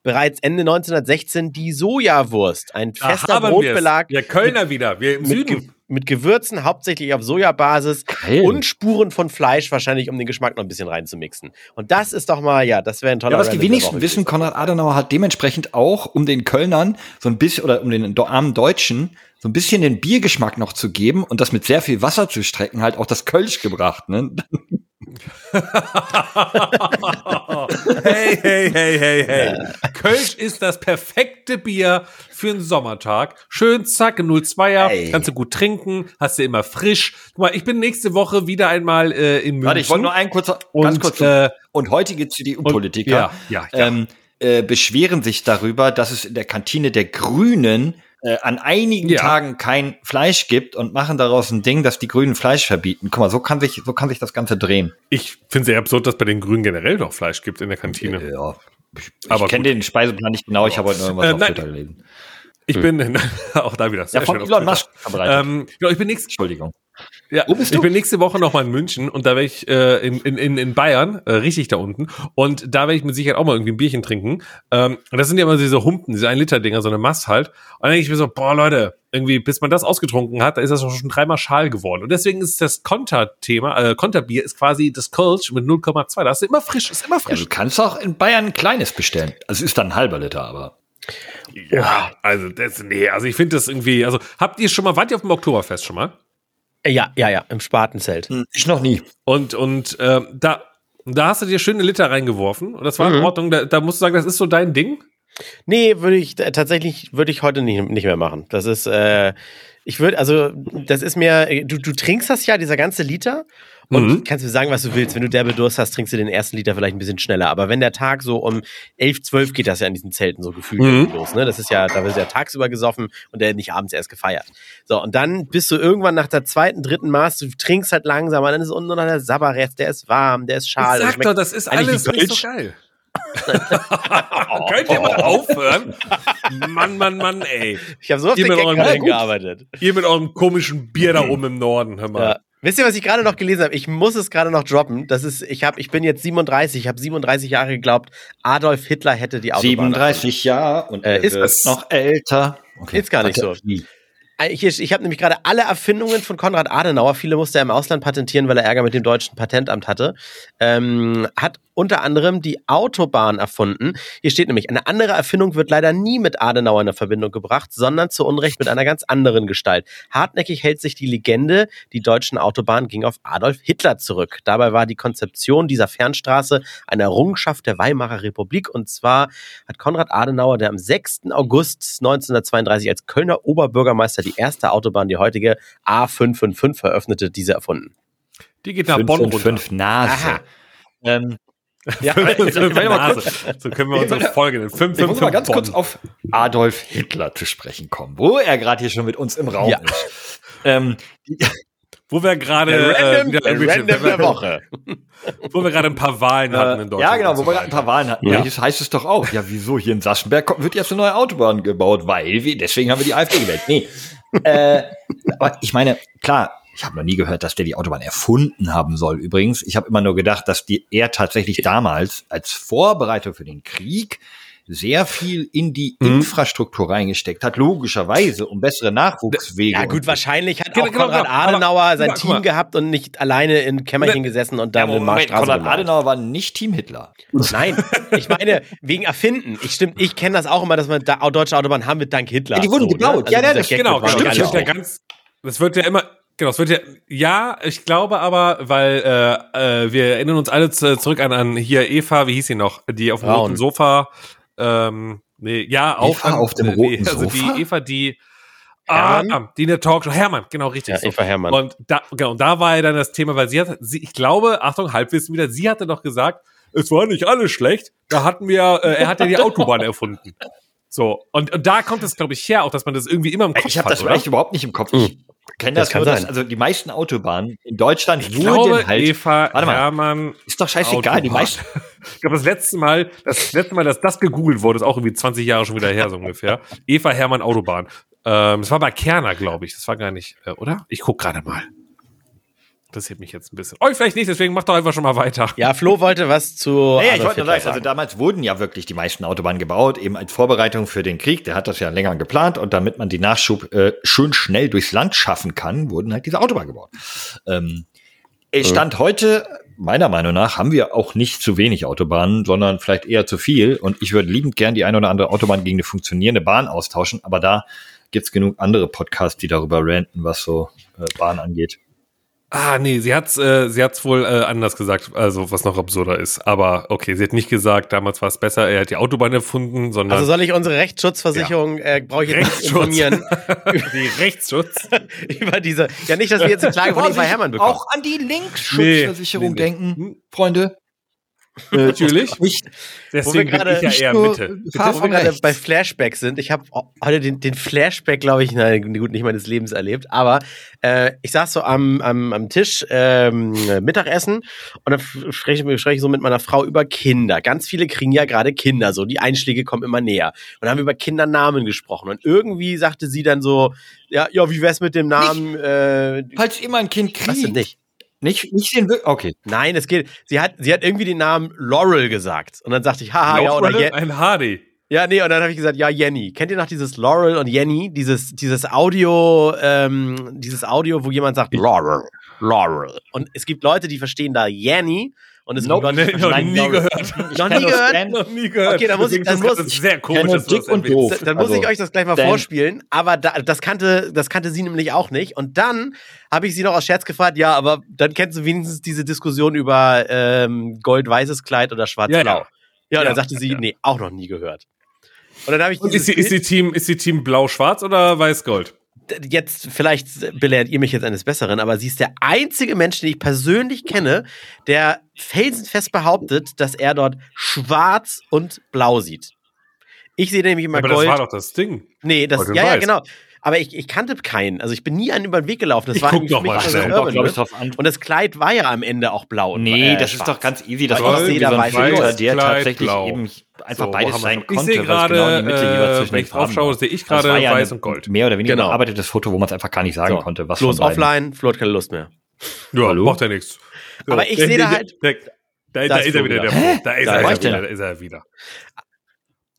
[SPEAKER 1] bereits Ende 1916 die Sojawurst, ein
[SPEAKER 3] Da
[SPEAKER 1] fester
[SPEAKER 3] haben wir's.
[SPEAKER 1] Brotbelag
[SPEAKER 3] Ja, Kölner wieder. Wir im
[SPEAKER 1] mit, Ge
[SPEAKER 3] Süden.
[SPEAKER 1] mit Gewürzen, hauptsächlich auf Sojabasis
[SPEAKER 2] Geil.
[SPEAKER 1] und Spuren von Fleisch, wahrscheinlich um den Geschmack noch ein bisschen reinzumixen. Und das ist doch mal, ja, das wäre ein toller
[SPEAKER 2] Ja, was die
[SPEAKER 1] Random der
[SPEAKER 2] wenigsten
[SPEAKER 1] Woche
[SPEAKER 2] wissen,
[SPEAKER 1] gewesen.
[SPEAKER 2] Konrad Adenauer hat dementsprechend auch, um den Kölnern so ein bisschen oder um den do- armen Deutschen so ein bisschen den Biergeschmack noch zu geben und das mit sehr viel Wasser zu strecken, halt auch das Kölsch gebracht. Ne?
[SPEAKER 3] hey, hey, hey, hey, hey. Kölsch ist das perfekte Bier für einen Sommertag. Schön, zack, 02er.
[SPEAKER 2] Ey.
[SPEAKER 3] Kannst du gut trinken. Hast du immer frisch. Guck mal, ich bin nächste Woche wieder einmal äh, in München.
[SPEAKER 2] Warte, ich wollte nur einen kurzer, ganz
[SPEAKER 3] und,
[SPEAKER 2] kurz.
[SPEAKER 3] äh,
[SPEAKER 2] und heutige CDU-Politiker
[SPEAKER 3] Und- ja, ja, ja.
[SPEAKER 2] Ähm, äh, beschweren sich darüber, dass es in der Kantine der Grünen äh, an einigen
[SPEAKER 3] Ja.
[SPEAKER 2] Tagen kein Fleisch gibt und machen daraus ein Ding, dass die Grünen Fleisch verbieten. Guck mal, so kann sich, so kann sich das Ganze drehen.
[SPEAKER 3] ich finde es sehr absurd, dass bei den Grünen generell noch Fleisch gibt in der Kantine.
[SPEAKER 2] Ja. Ich,
[SPEAKER 3] Aber
[SPEAKER 2] ich kenne
[SPEAKER 3] gut.
[SPEAKER 2] den Speiseplan nicht genau, ich habe heute nur irgendwas
[SPEAKER 3] Äh,
[SPEAKER 2] auf
[SPEAKER 3] nein.
[SPEAKER 2] Twitter gelesen.
[SPEAKER 3] Ich bin auch da wieder. sehr
[SPEAKER 2] Hm. Ja, von
[SPEAKER 3] schön auf
[SPEAKER 2] Elon
[SPEAKER 3] Twitter.
[SPEAKER 2] Musk verbreitet.
[SPEAKER 3] Ähm, genau, ich bin nächste,
[SPEAKER 2] Entschuldigung.
[SPEAKER 3] ja, ich bin nächste Woche nochmal in München und da werde ich äh, in, in- in, in Bayern, äh, richtig da unten, und da werde ich mit Sicherheit auch mal irgendwie ein Bierchen trinken. Ähm, und das sind ja immer diese Humpen, diese Ein-Liter-Dinger, so eine Mast halt. Und dann denke ich mir so, boah Leute, irgendwie, bis man das ausgetrunken hat, da ist das auch schon dreimal schal geworden. Und deswegen ist das Konterthema, äh, Konterbier ist quasi das Kölsch mit 0,2. Das ist immer frisch, ist immer
[SPEAKER 2] Ja,
[SPEAKER 3] frisch.
[SPEAKER 2] du kannst auch in Bayern ein kleines bestellen. Also ist dann ein halber Liter, aber.
[SPEAKER 3] Ja, also das, nee, also ich finde das irgendwie, also habt ihr schon mal, wart ihr auf dem Oktoberfest schon mal?
[SPEAKER 1] Äh, Ja, ja, ja, im Spatenzelt.
[SPEAKER 2] Hm, Ich noch nie.
[SPEAKER 3] Und, und ähm, da, da hast du dir schöne Liter reingeworfen und das war
[SPEAKER 2] Mhm.
[SPEAKER 3] in Ordnung. Da, da musst du sagen, das ist so dein Ding.
[SPEAKER 1] Nee, würde ich äh, tatsächlich würde ich heute nicht, nicht mehr machen. Das ist, äh, ich würde, also das ist mir, äh, du, du trinkst das ja, dieser ganze Liter. Und
[SPEAKER 3] Mhm.
[SPEAKER 1] kannst mir sagen, was du willst. Wenn du derbe Durst hast, trinkst du den ersten Liter vielleicht ein bisschen schneller. Aber wenn der Tag so um 11, 12 geht das ja in diesen Zelten so gefühlt
[SPEAKER 3] Mhm.
[SPEAKER 1] irgendwie los. Ne? Das ist ja, da wird ja tagsüber gesoffen und der nicht abends erst gefeiert. So, und dann bist du irgendwann nach der zweiten, dritten Maß, du trinkst halt langsam, und dann ist unten noch der Sabberrest, der ist warm, der ist schal. der
[SPEAKER 3] Sag
[SPEAKER 1] Ah, schmeckt
[SPEAKER 3] doch, das ist
[SPEAKER 1] eigentlich
[SPEAKER 3] alles
[SPEAKER 1] wie
[SPEAKER 3] nicht so
[SPEAKER 1] Kölsch.
[SPEAKER 3] geil. Könnt ihr mal aufhören? Mann, Mann, Mann, ey.
[SPEAKER 1] Ich habe so auf
[SPEAKER 3] Ihr
[SPEAKER 1] den
[SPEAKER 3] mit eurem
[SPEAKER 1] Gag
[SPEAKER 3] Gag.
[SPEAKER 1] gearbeitet.
[SPEAKER 3] Ihr mit eurem komischen Bier da oben im Norden, hör mal.
[SPEAKER 1] Ja. Wisst ihr, was ich gerade noch gelesen habe? Ich muss es gerade noch droppen. Das ist, ich habe, ich bin jetzt 37, ich habe 37 Jahre geglaubt, Adolf Hitler hätte die Autobahn.
[SPEAKER 2] 37 Jahre also und er
[SPEAKER 1] Äh, ist
[SPEAKER 2] ist
[SPEAKER 1] es-
[SPEAKER 2] wird noch älter. Okay.
[SPEAKER 1] Ist gar nicht
[SPEAKER 2] Hatte
[SPEAKER 1] so.
[SPEAKER 2] ich nie.
[SPEAKER 1] erfunden. Äh, Hier, ich habe nämlich gerade alle Erfindungen von Konrad Adenauer, viele musste er im Ausland patentieren, weil er Ärger mit dem deutschen Patentamt hatte, ähm, hat unter anderem die Autobahn erfunden. Hier steht nämlich, eine andere Erfindung wird leider nie mit Adenauer in Verbindung gebracht, sondern zu Unrecht mit einer ganz anderen Gestalt. Hartnäckig hält sich die Legende, die deutschen Autobahnen ging auf Adolf Hitler zurück. Dabei war die Konzeption dieser Fernstraße eine Errungenschaft der Weimarer Republik. Und zwar hat Konrad Adenauer, der am 6. August 1932 als Kölner Oberbürgermeister die erste Autobahn, die heutige A555 veröffentlichte, diese erfunden.
[SPEAKER 3] Die geht nach
[SPEAKER 2] fünf
[SPEAKER 3] Bonn
[SPEAKER 2] und
[SPEAKER 3] runter.
[SPEAKER 2] fünf Nase. also,
[SPEAKER 1] Aha.
[SPEAKER 2] Ähm,
[SPEAKER 1] Ja,
[SPEAKER 3] Fünf und fünf so können wir unsere Folge nennen. Fünf,
[SPEAKER 2] ich
[SPEAKER 3] fünf,
[SPEAKER 2] muss mal
[SPEAKER 3] fünf
[SPEAKER 2] ganz kurz
[SPEAKER 3] Bonn.
[SPEAKER 2] auf Adolf Hitler zu sprechen kommen, wo er gerade hier schon mit uns im Raum
[SPEAKER 1] Ja.
[SPEAKER 2] ist. Ähm,
[SPEAKER 3] Wo wir gerade äh,
[SPEAKER 1] Random,
[SPEAKER 3] wieder irgendwelche-
[SPEAKER 1] random der Woche.
[SPEAKER 3] wo wir gerade ein paar Wahlen hatten in
[SPEAKER 2] Äh,
[SPEAKER 3] Deutschland.
[SPEAKER 2] Ja, genau,
[SPEAKER 3] und so
[SPEAKER 2] wo wir
[SPEAKER 3] weiter.
[SPEAKER 2] gerade ein paar Wahlen hatten. Ja. Das heißt es doch auch. Ja, wieso? Hier in Sachsenberg kommt- wird jetzt eine neue Autobahn gebaut, weil wir, deswegen haben wir die AfD gewählt. Nee. äh, aber ich meine, klar, ich habe noch nie gehört, dass der die Autobahn erfunden haben soll übrigens. Ich habe immer nur gedacht, dass die er tatsächlich damals als Vorbereitung für den Krieg sehr viel in die Infrastruktur reingesteckt hat, logischerweise, um bessere Nachwuchswege.
[SPEAKER 1] Ja, gut,
[SPEAKER 2] und-
[SPEAKER 1] wahrscheinlich hat
[SPEAKER 3] Genau,
[SPEAKER 1] auch
[SPEAKER 3] genau,
[SPEAKER 1] Konrad
[SPEAKER 3] genau. Aber-
[SPEAKER 1] Adenauer sein
[SPEAKER 3] guck mal, guck
[SPEAKER 1] Team
[SPEAKER 3] mal.
[SPEAKER 1] gehabt und nicht alleine in Kämmerchen gesessen und dann
[SPEAKER 2] Aber
[SPEAKER 1] eine
[SPEAKER 2] Moment,
[SPEAKER 1] Marschstraße
[SPEAKER 2] Konrad
[SPEAKER 1] gebaut.
[SPEAKER 2] Adenauer war nicht Team Hitler.
[SPEAKER 1] Nein, ich meine, wegen Erfinden. Ich stimmt, ich kenne das auch immer, dass man da, auch deutsche Autobahnen haben mit dank Hitler. ne? Also
[SPEAKER 2] Ja, die wurden gebaut. Ja, ja,
[SPEAKER 1] dieser
[SPEAKER 2] das-
[SPEAKER 1] Gag wird
[SPEAKER 3] Genau, genau.
[SPEAKER 1] heute
[SPEAKER 3] Das
[SPEAKER 1] gar
[SPEAKER 2] stimmt,
[SPEAKER 3] wird ja
[SPEAKER 1] nicht
[SPEAKER 3] ganz, das wird ja immer, genau, es wird ja, ja, ich glaube aber, weil äh, äh, wir erinnern uns alle zu, zurück an, an hier Eva, wie hieß sie noch, die auf dem
[SPEAKER 1] Braun.
[SPEAKER 3] roten Sofa, ähm, nee, ja, auch.
[SPEAKER 2] Eva auf dem roten
[SPEAKER 3] also
[SPEAKER 2] Sofa?
[SPEAKER 3] die Eva, die, ah,
[SPEAKER 1] Hermann?
[SPEAKER 3] ah, die in der Talkshow, Hermann, genau, richtig.
[SPEAKER 1] Ja,
[SPEAKER 3] so.
[SPEAKER 1] Eva Hermann.
[SPEAKER 3] Und da, genau, und da war ja dann das Thema, weil sie hat, sie, ich glaube, Achtung, Halbwissen wieder, sie hatte doch gesagt, es war nicht alles schlecht, da hatten wir, äh, er hat ja die Autobahn erfunden. So, und, und da kommt es, glaube ich, her, auch, dass man das irgendwie immer im Kopf
[SPEAKER 2] Ich habe
[SPEAKER 3] hat,
[SPEAKER 2] das
[SPEAKER 3] oder?
[SPEAKER 2] echt überhaupt nicht im Kopf. Ich kenne das,
[SPEAKER 1] Das kann
[SPEAKER 2] nur, dass,
[SPEAKER 1] sein.
[SPEAKER 2] also die meisten Autobahnen in Deutschland
[SPEAKER 3] Ich glaube,
[SPEAKER 2] wurden halt.
[SPEAKER 3] Eva
[SPEAKER 2] Warte mal.
[SPEAKER 3] Hermann,
[SPEAKER 2] Ist doch scheißegal, die
[SPEAKER 3] Autobahn.
[SPEAKER 2] meisten.
[SPEAKER 3] ich glaube, das letzte Mal, das letzte Mal, dass das gegoogelt wurde, ist auch irgendwie 20 Jahre schon wieder her, so ungefähr. Eva Hermann Autobahn. Ähm, das war bei Kerner, glaube ich. Das war gar nicht, äh, oder? Ich guck gerade mal. Das hebt mich jetzt ein bisschen. Euch vielleicht nicht, deswegen macht doch einfach schon mal weiter.
[SPEAKER 1] Ja, Flo wollte was zu.
[SPEAKER 2] Naja, ich
[SPEAKER 1] Adolf
[SPEAKER 2] wollte nur
[SPEAKER 1] Hitler
[SPEAKER 2] sagen, also damals wurden ja wirklich die meisten Autobahnen gebaut, eben als Vorbereitung für den Krieg. Der hat das ja länger geplant und damit man die Nachschub äh, schön schnell durchs Land schaffen kann, wurden halt diese Autobahnen gebaut. Ähm, äh, Stand heute, meiner Meinung nach, haben wir auch nicht zu wenig Autobahnen, sondern vielleicht eher zu viel. Und ich würde liebend gern die eine oder andere Autobahn gegen eine funktionierende Bahn austauschen, aber da gibt's genug andere Podcasts, die darüber ranten, was so äh, Bahn angeht.
[SPEAKER 3] Ah, nee, sie hat's, äh, sie hat's wohl äh, anders gesagt, also was noch absurder ist. Aber okay, sie hat nicht gesagt, damals war es besser, er hat die Autobahn erfunden, sondern
[SPEAKER 1] Also soll ich unsere Rechtsschutzversicherung, äh, brauche ich jetzt nicht
[SPEAKER 3] Rechtsschutz.
[SPEAKER 1] informieren
[SPEAKER 3] die Rechtsschutz.
[SPEAKER 1] über diese. Ja, nicht, dass wir jetzt eine Klage von Eva Hermann bekommen.
[SPEAKER 2] Auch an die Linksschutzversicherung
[SPEAKER 3] Nee, nee, nee.
[SPEAKER 1] Hm?
[SPEAKER 2] denken, Freunde.
[SPEAKER 3] Natürlich.
[SPEAKER 2] Nicht
[SPEAKER 3] Deswegen bin
[SPEAKER 1] gerade
[SPEAKER 3] ich ja
[SPEAKER 2] nicht
[SPEAKER 3] eher
[SPEAKER 2] nur
[SPEAKER 3] Mitte.
[SPEAKER 2] Fahr-
[SPEAKER 1] Wo
[SPEAKER 2] von
[SPEAKER 1] wir gerade
[SPEAKER 2] rechts.
[SPEAKER 1] bei Flashbacks sind, ich habe heute den, den Flashback, glaube ich, nein, gut, nicht meines Lebens erlebt, aber äh, ich saß so am, am, am Tisch ähm, Mittagessen und dann spreche ich spreche ich so mit meiner Frau über Kinder. Ganz viele kriegen ja gerade Kinder, so die Einschläge kommen immer näher. Und dann haben wir über Kindernamen gesprochen und irgendwie sagte sie dann so, ja, ja wie wär's mit dem Namen? Äh,
[SPEAKER 2] Falls ihr mal ein Kind
[SPEAKER 1] was denn
[SPEAKER 2] kriegt.
[SPEAKER 1] nicht?
[SPEAKER 2] Nicht, nicht den wirklich. Okay.
[SPEAKER 1] Nein, es geht. Sie hat, sie hat irgendwie den Namen Laurel gesagt. Und dann sagte ich, haha, ja, oder Je
[SPEAKER 3] ein Hardy.
[SPEAKER 1] Ja, nee, und dann habe ich gesagt, ja, Jenny. Kennt ihr noch dieses Laurel und Jenny? Dieses, dieses Audio, ähm, dieses Audio, wo jemand sagt, Laurel, Laurel. Und es gibt Leute, die verstehen da Jenny und es
[SPEAKER 2] Nope.
[SPEAKER 1] gibt Leute, die
[SPEAKER 3] Nee, noch
[SPEAKER 1] verstehen
[SPEAKER 3] nie
[SPEAKER 1] Laurel. Noch
[SPEAKER 3] gehört.
[SPEAKER 2] kenn
[SPEAKER 1] nie
[SPEAKER 2] nur
[SPEAKER 1] gehört?
[SPEAKER 2] Stan.
[SPEAKER 3] Noch nie gehört.
[SPEAKER 1] Okay, dann muss ich- dann
[SPEAKER 3] Deswegen ist
[SPEAKER 1] muss
[SPEAKER 3] das sehr komisch,
[SPEAKER 2] Kenner
[SPEAKER 3] dass du das
[SPEAKER 2] dick und
[SPEAKER 3] erwähnst.
[SPEAKER 2] doof.
[SPEAKER 1] Da- Dann muss
[SPEAKER 2] Also,
[SPEAKER 1] ich euch das gleich mal
[SPEAKER 2] Dan.
[SPEAKER 1] vorspielen, aber da, das, kannte, das kannte sie nämlich auch nicht. Und dann habe ich sie noch aus Scherz gefragt, ja, aber dann kennst du wenigstens diese Diskussion über ähm, gold-weißes Kleid oder schwarz-blau.
[SPEAKER 3] Ja,
[SPEAKER 1] Ja,
[SPEAKER 3] ja.
[SPEAKER 1] und
[SPEAKER 3] Ja,
[SPEAKER 1] dann sagte sie,
[SPEAKER 3] ja.
[SPEAKER 1] nee, auch noch nie gehört. Und dann habe ich
[SPEAKER 3] Und ist
[SPEAKER 1] dieses
[SPEAKER 3] die, ist, die Team, ist die Team blau-schwarz oder weiß-gold?
[SPEAKER 1] jetzt, vielleicht belehrt ihr mich jetzt eines Besseren, aber sie ist der einzige Mensch, den ich persönlich kenne, der felsenfest behauptet, dass er dort schwarz und blau sieht. Ich sehe nämlich immer
[SPEAKER 3] Aber das
[SPEAKER 1] Gold.
[SPEAKER 3] war doch das Ding.
[SPEAKER 1] nee, das,
[SPEAKER 3] Gold und
[SPEAKER 1] ja, ja,
[SPEAKER 3] Weiß.
[SPEAKER 1] genau. Aber ich, ich kannte keinen. Also ich bin nie einen über den Weg gelaufen. Das
[SPEAKER 3] Ich
[SPEAKER 1] war
[SPEAKER 3] guck
[SPEAKER 1] irgendwie
[SPEAKER 3] doch mal
[SPEAKER 1] für mich
[SPEAKER 3] schnell.
[SPEAKER 1] so
[SPEAKER 3] Kommt doch,
[SPEAKER 1] urban,
[SPEAKER 2] glaub ich,
[SPEAKER 1] ne?
[SPEAKER 2] drauf an.
[SPEAKER 1] Und das Kleid war ja am Ende auch blau. Und, äh,
[SPEAKER 2] Nee, das ist
[SPEAKER 1] schwarz.
[SPEAKER 2] doch ganz easy. Das
[SPEAKER 3] Toll,
[SPEAKER 2] war irgendwie so
[SPEAKER 1] jeder
[SPEAKER 2] ein
[SPEAKER 1] weiß,
[SPEAKER 2] Filter,
[SPEAKER 3] weiß,
[SPEAKER 2] der
[SPEAKER 3] Kleid,
[SPEAKER 2] tatsächlich
[SPEAKER 3] blau.
[SPEAKER 2] eben einfach
[SPEAKER 3] So,
[SPEAKER 2] beides
[SPEAKER 3] haben
[SPEAKER 2] sein
[SPEAKER 3] wir's.
[SPEAKER 2] konnte,
[SPEAKER 3] Ich sehe
[SPEAKER 2] weil es genau
[SPEAKER 3] gerade,
[SPEAKER 2] in die Mitte jeweils
[SPEAKER 3] äh,
[SPEAKER 2] zwischen
[SPEAKER 3] wenn
[SPEAKER 2] den
[SPEAKER 3] ich drauf
[SPEAKER 2] Farben
[SPEAKER 3] schaue,
[SPEAKER 2] war.
[SPEAKER 3] sehe ich
[SPEAKER 2] Das war
[SPEAKER 3] gerade
[SPEAKER 2] ja
[SPEAKER 3] weiß
[SPEAKER 2] ein
[SPEAKER 3] und gold.
[SPEAKER 2] Mehr oder weniger
[SPEAKER 1] Genau.
[SPEAKER 2] bearbeitetes Foto, wo man es einfach gar nicht sagen
[SPEAKER 1] So,
[SPEAKER 2] konnte, was
[SPEAKER 1] Los
[SPEAKER 2] von beiden.
[SPEAKER 1] offline, Flo hat keine Lust mehr.
[SPEAKER 3] Ja,
[SPEAKER 2] Hallo?
[SPEAKER 3] macht ja nichts. So.
[SPEAKER 1] Aber ich
[SPEAKER 3] Der-
[SPEAKER 1] sehe da
[SPEAKER 3] der-
[SPEAKER 1] halt-
[SPEAKER 3] der- Da, da
[SPEAKER 1] Da ist
[SPEAKER 3] ist er
[SPEAKER 1] Flo
[SPEAKER 3] wieder,
[SPEAKER 1] wieder.
[SPEAKER 3] der Flo. Da ist
[SPEAKER 1] Da
[SPEAKER 3] er
[SPEAKER 2] war
[SPEAKER 3] wieder,
[SPEAKER 2] ich denn?
[SPEAKER 3] da ist er wieder.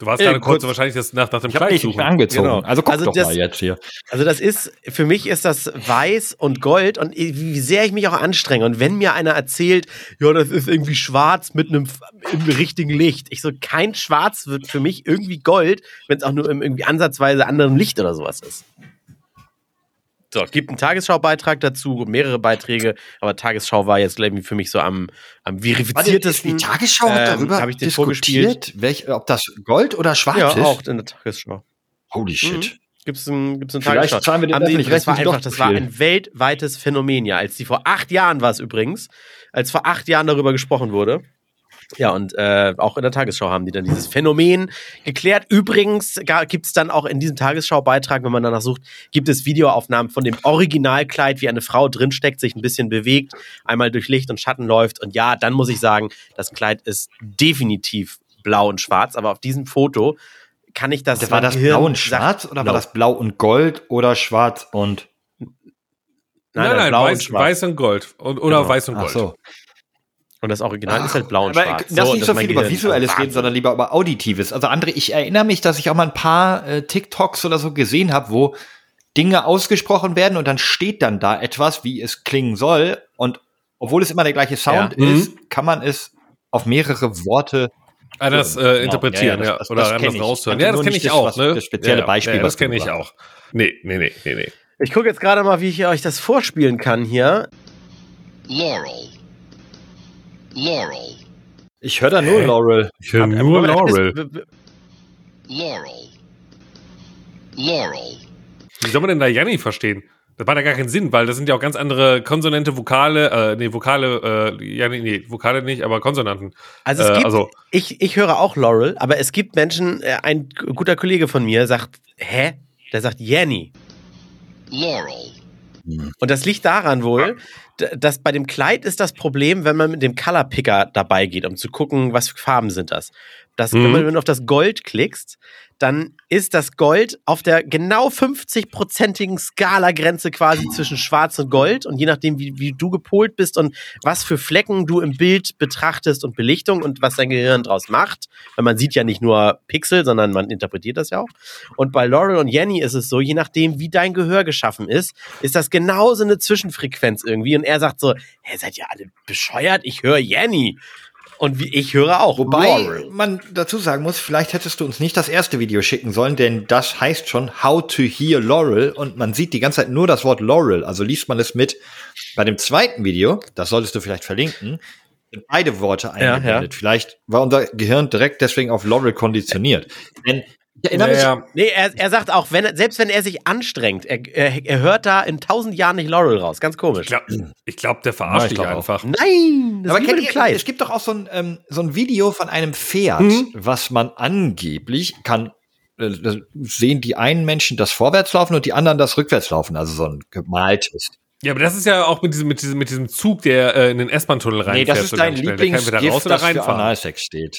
[SPEAKER 3] Du warst
[SPEAKER 2] Ey,
[SPEAKER 3] gerade kurz
[SPEAKER 2] kurz-
[SPEAKER 3] wahrscheinlich das nach, nach dem
[SPEAKER 2] Ich habe
[SPEAKER 3] Kleid
[SPEAKER 2] nicht mehr
[SPEAKER 3] suchen.
[SPEAKER 2] angezogen.
[SPEAKER 1] Genau.
[SPEAKER 2] Also guck
[SPEAKER 1] Also
[SPEAKER 2] doch
[SPEAKER 1] das-
[SPEAKER 2] mal jetzt hier.
[SPEAKER 1] Also das ist, für mich ist das weiß und gold und wie sehr ich mich auch anstrenge. Und wenn mir einer erzählt, ja, das ist irgendwie schwarz mit einem f- im richtigen Licht. Ich so, kein Schwarz wird für mich irgendwie gold, wenn es auch nur im irgendwie ansatzweise anderen Licht oder sowas ist. So, gibt einen Tagesschau-Beitrag dazu, mehrere Beiträge, aber Tagesschau war jetzt glaub ich, für mich so am, am verifiziertesten.
[SPEAKER 2] Tagesschau
[SPEAKER 1] hat darüber
[SPEAKER 2] habe ich den
[SPEAKER 1] diskutiert,
[SPEAKER 2] diskutiert, ob das Gold oder schwarz
[SPEAKER 1] ja,
[SPEAKER 2] ist.
[SPEAKER 1] auch in der Tagesschau.
[SPEAKER 2] Holy shit.
[SPEAKER 1] Gibt's ein, gibt's ein
[SPEAKER 2] Vielleicht
[SPEAKER 1] Tagesschau.
[SPEAKER 2] zahlen wir den
[SPEAKER 1] Haben die,
[SPEAKER 2] öffentlich
[SPEAKER 1] das war
[SPEAKER 2] rechtlichen
[SPEAKER 1] einfach,
[SPEAKER 2] doch zu
[SPEAKER 1] das war
[SPEAKER 2] viel.
[SPEAKER 1] ein weltweites Phänomen, ja. Als die vor acht Jahren war es übrigens, als vor acht Jahren darüber gesprochen wurde. Ja, und äh, auch in der Tagesschau haben die dann dieses Phänomen geklärt. Übrigens gibt es dann auch in diesem Tagesschau-Beitrag, wenn man danach sucht, gibt es Videoaufnahmen von dem Originalkleid, wie eine Frau drinsteckt, sich ein bisschen bewegt, einmal durch Licht und Schatten läuft. Und ja, dann muss ich sagen, das Kleid ist definitiv blau und schwarz. Aber auf diesem Foto kann ich das.
[SPEAKER 2] war
[SPEAKER 1] mein
[SPEAKER 2] das
[SPEAKER 1] Gehirn
[SPEAKER 2] blau
[SPEAKER 1] sagt-
[SPEAKER 2] und schwarz oder
[SPEAKER 1] No.
[SPEAKER 2] war das blau und gold oder schwarz und
[SPEAKER 1] Nein, nein, blau und
[SPEAKER 3] weiß,
[SPEAKER 1] schwarz.
[SPEAKER 3] weiß und gold. Und, oder
[SPEAKER 1] Genau.
[SPEAKER 3] weiß und
[SPEAKER 2] Ach
[SPEAKER 3] gold.
[SPEAKER 2] so.
[SPEAKER 1] Und das Original ist halt blau und
[SPEAKER 2] Aber
[SPEAKER 1] schwarz.
[SPEAKER 2] Lass
[SPEAKER 1] So,
[SPEAKER 2] nicht
[SPEAKER 1] dass
[SPEAKER 2] so
[SPEAKER 1] mein
[SPEAKER 2] viel über
[SPEAKER 1] Gehirn-
[SPEAKER 2] Visuelles reden, sondern lieber über Auditives. Also André, ich erinnere mich, dass ich auch mal ein paar äh, TikToks oder so gesehen habe, wo Dinge ausgesprochen werden und dann steht dann da etwas, wie es klingen soll. Und obwohl es immer der gleiche Sound
[SPEAKER 1] Mhm.
[SPEAKER 3] Ja.
[SPEAKER 2] ist, kann man es auf mehrere Worte
[SPEAKER 3] Ah, das äh, interpretieren,
[SPEAKER 2] Ja,
[SPEAKER 3] ja,
[SPEAKER 2] ja, das- das-
[SPEAKER 3] oder
[SPEAKER 2] das
[SPEAKER 3] das
[SPEAKER 2] kenn
[SPEAKER 3] anders
[SPEAKER 2] ich.
[SPEAKER 3] raushören.
[SPEAKER 2] Also
[SPEAKER 3] Ja, das
[SPEAKER 2] nur
[SPEAKER 3] kenne
[SPEAKER 2] nicht
[SPEAKER 3] ich
[SPEAKER 2] das,
[SPEAKER 3] auch,
[SPEAKER 2] was-
[SPEAKER 3] ne?
[SPEAKER 2] das spezielle
[SPEAKER 3] ja,
[SPEAKER 2] Beispiel,
[SPEAKER 3] Ja, das
[SPEAKER 2] was du
[SPEAKER 3] kenne ich
[SPEAKER 2] gebracht
[SPEAKER 3] auch. Nee, nee, nee, nee, nee.
[SPEAKER 1] Ich gucke jetzt gerade mal, wie ich euch das vorspielen kann hier.
[SPEAKER 7] Laurel. Laurel.
[SPEAKER 2] Ich höre da nur
[SPEAKER 1] Äh,
[SPEAKER 2] Laurel.
[SPEAKER 3] Ich höre nur Laurel.
[SPEAKER 7] Laurel. Laurel.
[SPEAKER 3] Wie soll man denn da Janni verstehen? Das macht ja gar keinen Sinn, weil das sind ja auch ganz andere Konsonante, Vokale, äh, nee, Vokale, äh, Janni, nee, Vokale nicht, aber Konsonanten.
[SPEAKER 1] Also es
[SPEAKER 3] Äh,
[SPEAKER 1] gibt,
[SPEAKER 3] also-
[SPEAKER 1] ich, ich höre auch Laurel, aber es gibt Menschen, äh, ein g- guter Kollege von mir sagt, hä? Der sagt Jenny.
[SPEAKER 7] Laurel.
[SPEAKER 1] Und das liegt daran wohl, d- dass bei dem Kleid ist das Problem, wenn man mit dem Color Picker dabei geht, um zu gucken, was für Farben sind das. Dass,
[SPEAKER 3] Mhm.
[SPEAKER 1] wenn, man, wenn du auf das Gold klickst, dann ist das Gold auf der genau 50-prozentigen Skala-Grenze quasi zwischen Schwarz und Gold. Und je nachdem, wie, wie du gepolt bist und was für Flecken du im Bild betrachtest und Belichtung und was dein Gehirn draus macht, weil man sieht ja nicht nur Pixel, sondern man interpretiert das ja auch. Und bei Laurel und Jenny ist es so, je nachdem, wie dein Gehör geschaffen ist, ist das genauso eine Zwischenfrequenz irgendwie. Und er sagt so, hä, seid ihr alle bescheuert? Ich höre Jenny. Und wie, ich höre auch
[SPEAKER 2] Wobei
[SPEAKER 1] Laurel.
[SPEAKER 2] man dazu sagen muss, vielleicht hättest du uns nicht das erste Video schicken sollen, denn das heißt schon How to Hear Laurel und man sieht die ganze Zeit nur das Wort Laurel, also liest man es mit. Bei dem zweiten Video, das solltest du vielleicht verlinken, sind beide Worte eingeblendet. Vielleicht war unser Gehirn direkt deswegen auf Laurel konditioniert. Denn ich erinnere mich,
[SPEAKER 3] Ja,
[SPEAKER 1] Nee, er, er sagt auch, wenn, er- selbst wenn er sich anstrengt, er, er, er hört da in tausend Jahren nicht Laurel raus. Ganz komisch.
[SPEAKER 3] ich glaube, ich glaub, der
[SPEAKER 2] Ja, ich
[SPEAKER 3] verarscht
[SPEAKER 2] glaub
[SPEAKER 3] dich
[SPEAKER 2] auch.
[SPEAKER 3] einfach.
[SPEAKER 1] Nein, das
[SPEAKER 2] aber
[SPEAKER 1] ist wie mit
[SPEAKER 2] kennt
[SPEAKER 1] dem
[SPEAKER 2] ihr,
[SPEAKER 1] Kleid.
[SPEAKER 2] es gibt doch auch so ein, ähm, so ein Video von einem Pferd, was man angeblich kann äh, das sehen die einen Menschen das Vorwärtslaufen und die anderen das Rückwärtslaufen, also so ein gemaltes.
[SPEAKER 3] Ja, aber das ist ja auch mit diesem, mit diesem, mit diesem Zug, der äh, in den S-Bahn-Tunnel reinfährt.
[SPEAKER 2] Nee, das ist
[SPEAKER 3] so
[SPEAKER 2] dein
[SPEAKER 3] ganz schnell. Der kann entweder
[SPEAKER 2] Lieblingsgift,
[SPEAKER 3] raus
[SPEAKER 2] das
[SPEAKER 3] oder
[SPEAKER 2] für
[SPEAKER 3] reinfahren.
[SPEAKER 2] Analsex steht.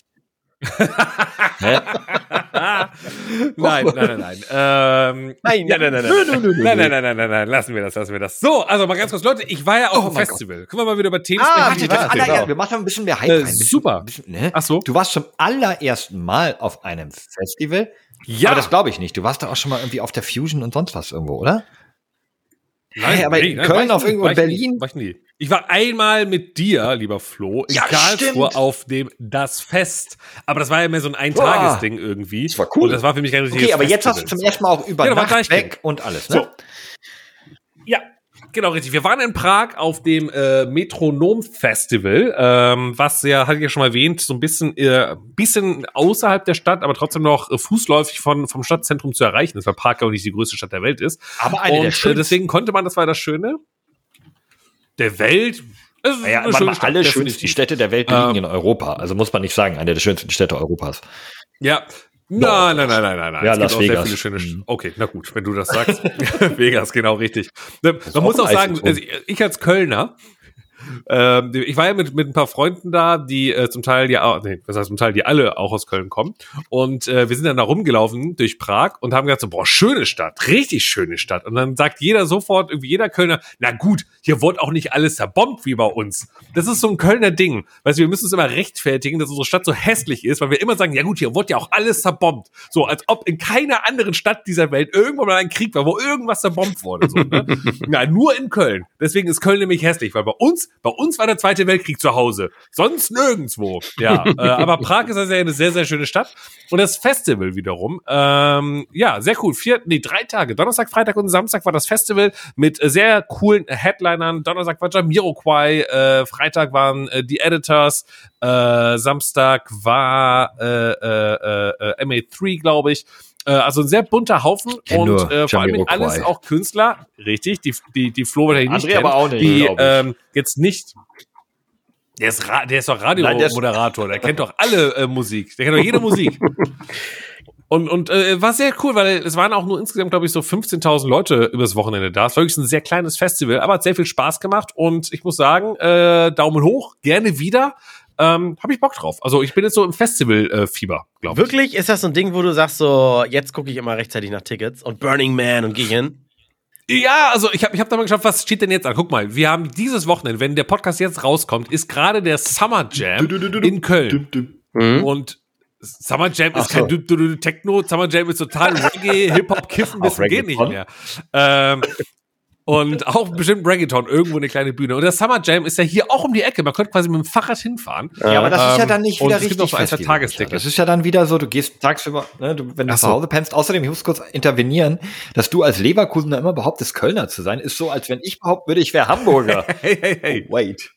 [SPEAKER 3] Ah. nein, nein, nein, nein. Ähm,
[SPEAKER 1] Nein,
[SPEAKER 3] ja,
[SPEAKER 1] nein, nein, nein,
[SPEAKER 3] nein, nein, nein, nein, nein, nein, nein, lassen wir das, lassen wir das. So, also mal ganz kurz, Leute, ich war
[SPEAKER 2] Oh
[SPEAKER 3] ja auf dem Festival. Können wir mal wieder über Themen
[SPEAKER 1] Ah,
[SPEAKER 3] sprechen?
[SPEAKER 1] wie war's?
[SPEAKER 2] Aller-
[SPEAKER 1] genau.
[SPEAKER 2] Wir machen noch ein bisschen mehr Hype
[SPEAKER 3] Äh,
[SPEAKER 2] rein. Ein bisschen-
[SPEAKER 3] super.
[SPEAKER 2] ein Bisschen, ne?
[SPEAKER 3] Ach so.
[SPEAKER 2] Du warst zum allerersten Mal auf einem Festival.
[SPEAKER 3] Ja.
[SPEAKER 2] Aber das glaube ich nicht. Du warst da auch schon mal irgendwie auf der Fusion und sonst was irgendwo, oder?
[SPEAKER 3] Nein,
[SPEAKER 2] Hey, aber in
[SPEAKER 3] nein,
[SPEAKER 2] Köln
[SPEAKER 3] war ich
[SPEAKER 2] auf
[SPEAKER 3] nie,
[SPEAKER 2] irgendwo
[SPEAKER 3] war
[SPEAKER 2] in
[SPEAKER 3] ich nie,
[SPEAKER 2] Berlin?
[SPEAKER 3] War ich nie. Ich war einmal mit dir, lieber Flo, in
[SPEAKER 2] Ja,
[SPEAKER 3] Karlsruhe
[SPEAKER 2] stimmt.
[SPEAKER 3] auf dem Das Fest. Aber das war ja mehr so ein Eintagesding irgendwie. Das
[SPEAKER 2] war cool.
[SPEAKER 3] Und das war für mich kein richtiges
[SPEAKER 2] Okay, aber jetzt hast du
[SPEAKER 3] Festival.
[SPEAKER 2] zum ersten Mal auch über
[SPEAKER 3] Ja, da war
[SPEAKER 2] Nacht
[SPEAKER 3] Deichkind.
[SPEAKER 2] weg und alles, ne?
[SPEAKER 3] Ja, genau richtig. Wir waren in Prag auf dem äh, Metronom Festival, ähm, was ja, hatte ich ja schon mal erwähnt, so ein bisschen, äh, bisschen außerhalb der Stadt, aber trotzdem noch äh, fußläufig von, vom Stadtzentrum zu erreichen ist, weil Prag ja auch nicht die größte Stadt der Welt ist.
[SPEAKER 2] Aber eine
[SPEAKER 3] Und
[SPEAKER 2] der
[SPEAKER 3] äh,
[SPEAKER 2] schönsten.
[SPEAKER 3] deswegen konnte man, das war das Schöne, der Welt. Es ist
[SPEAKER 2] Naja,
[SPEAKER 3] eine
[SPEAKER 2] man,
[SPEAKER 3] schöne Stadt,
[SPEAKER 2] alle
[SPEAKER 3] definitiv. Ähm,
[SPEAKER 2] schönsten Städte der Welt liegen in Europa. Also muss man nicht sagen, eine der schönsten Städte Europas.
[SPEAKER 3] Ja. Nein, nein, nein, nein, nein, nein.
[SPEAKER 2] Ja,
[SPEAKER 3] es gibt
[SPEAKER 2] Las
[SPEAKER 3] auch sehr
[SPEAKER 2] Vegas.
[SPEAKER 3] viele schöne. Sch
[SPEAKER 2] Mhm.
[SPEAKER 3] okay, na gut, wenn du das sagst. Vegas, genau richtig. Ne, Man
[SPEAKER 2] auch
[SPEAKER 3] muss
[SPEAKER 2] ein
[SPEAKER 3] auch sagen,
[SPEAKER 2] Eiffelturm.
[SPEAKER 3] also ich als Kölner, ähm, ich war ja mit, mit ein paar Freunden da, die äh, zum Teil ja, auch- nee, was heißt zum Teil, die alle auch aus Köln kommen. Und äh, wir sind dann da rumgelaufen durch Prag und haben gedacht so, boah, schöne Stadt, richtig schöne Stadt. Und dann sagt jeder sofort, irgendwie jeder Kölner, na gut, hier wurde auch nicht alles zerbombt wie bei uns. Das ist so ein Kölner Ding. Weißt du, wir müssen es immer rechtfertigen, dass unsere Stadt so hässlich ist, weil wir immer sagen, ja gut, hier wurde ja auch alles zerbombt. So, als ob in keiner anderen Stadt dieser Welt irgendwann mal ein Krieg war, wo irgendwas zerbombt wurde. So, ne? Na, nur in Köln. Deswegen ist Köln nämlich hässlich, weil bei uns, bei uns war der Zweite Weltkrieg zu Hause. Sonst nirgendwo. Ja, äh, aber Prag ist also eine sehr, sehr schöne Stadt. Und das Festival wiederum, ähm, ja, sehr cool. Vier, nee, drei Tage. Donnerstag, Freitag und Samstag war das Festival mit äh, sehr coolen Headlinern. Donnerstag war Jamiroquai, äh, Freitag waren äh, die Editors, äh, Samstag war äh, äh, äh, äh, MA3, glaube ich. Äh, Also ein sehr bunter Haufen
[SPEAKER 2] kenn
[SPEAKER 3] und
[SPEAKER 2] nur
[SPEAKER 3] äh, vor allem
[SPEAKER 2] Jamiroquai.
[SPEAKER 3] alles auch Künstler, richtig, die, die, die Flo wahrscheinlich nicht
[SPEAKER 2] André
[SPEAKER 3] kennt,
[SPEAKER 2] aber auch nicht,
[SPEAKER 3] die
[SPEAKER 2] glaub ich.
[SPEAKER 3] ähm, jetzt nicht der ist, Ra der ist doch
[SPEAKER 2] Nein, der ist-
[SPEAKER 3] Radiomoderator, der kennt doch alle äh, Musik, der kennt doch jede Musik. Und, und äh, war sehr cool, weil es waren auch nur insgesamt, glaube ich, so 15.000 Leute übers Wochenende da. Es war wirklich ein sehr kleines Festival, aber hat sehr viel Spaß gemacht. Und ich muss sagen, äh, Daumen hoch, gerne wieder. Ähm, Habe ich Bock drauf. Also ich bin jetzt so im Festival-Fieber, glaube ich.
[SPEAKER 1] Wirklich ist das so ein Ding, wo du sagst so, jetzt gucke ich immer rechtzeitig nach Tickets und Burning Man und gehe hin.
[SPEAKER 3] Ja, also ich habe ich hab da mal geschaut, was steht denn jetzt an? Guck mal, wir haben dieses Wochenende, wenn der Podcast jetzt rauskommt, ist gerade der Summer Jam in Köln.
[SPEAKER 2] Mhm.
[SPEAKER 3] Und Summer Jam ist
[SPEAKER 1] Mhm. Ach so.
[SPEAKER 3] kein Dü- Dü- Dü- Techno, Summer Jam ist total Reggae, Hip-Hop, Kiffen,
[SPEAKER 1] Auch
[SPEAKER 3] das geht nicht
[SPEAKER 1] Reggaeton?
[SPEAKER 3] mehr. Ähm, und auch bestimmt Reggaeton, irgendwo eine kleine Bühne. Und der Summer Jam ist ja hier auch um die Ecke. Man könnte quasi mit dem Fahrrad hinfahren.
[SPEAKER 2] Ja, aber das ist ja
[SPEAKER 3] Ähm,
[SPEAKER 2] dann nicht
[SPEAKER 3] und
[SPEAKER 2] wieder
[SPEAKER 3] es gibt
[SPEAKER 2] richtig.
[SPEAKER 3] noch so ein, zwei
[SPEAKER 2] Festival.
[SPEAKER 3] Tagestickets.
[SPEAKER 2] Das ist ja dann wieder so, du gehst tagsüber, ne, du, wenn du
[SPEAKER 3] Ach so.
[SPEAKER 2] zu Hause pennst. Außerdem, ich muss kurz intervenieren, dass du als Leverkusener immer behauptest, Kölner zu sein, ist so, als wenn ich behaupten würde, ich wäre Hamburger.
[SPEAKER 3] Hey, hey, hey.
[SPEAKER 2] Wait.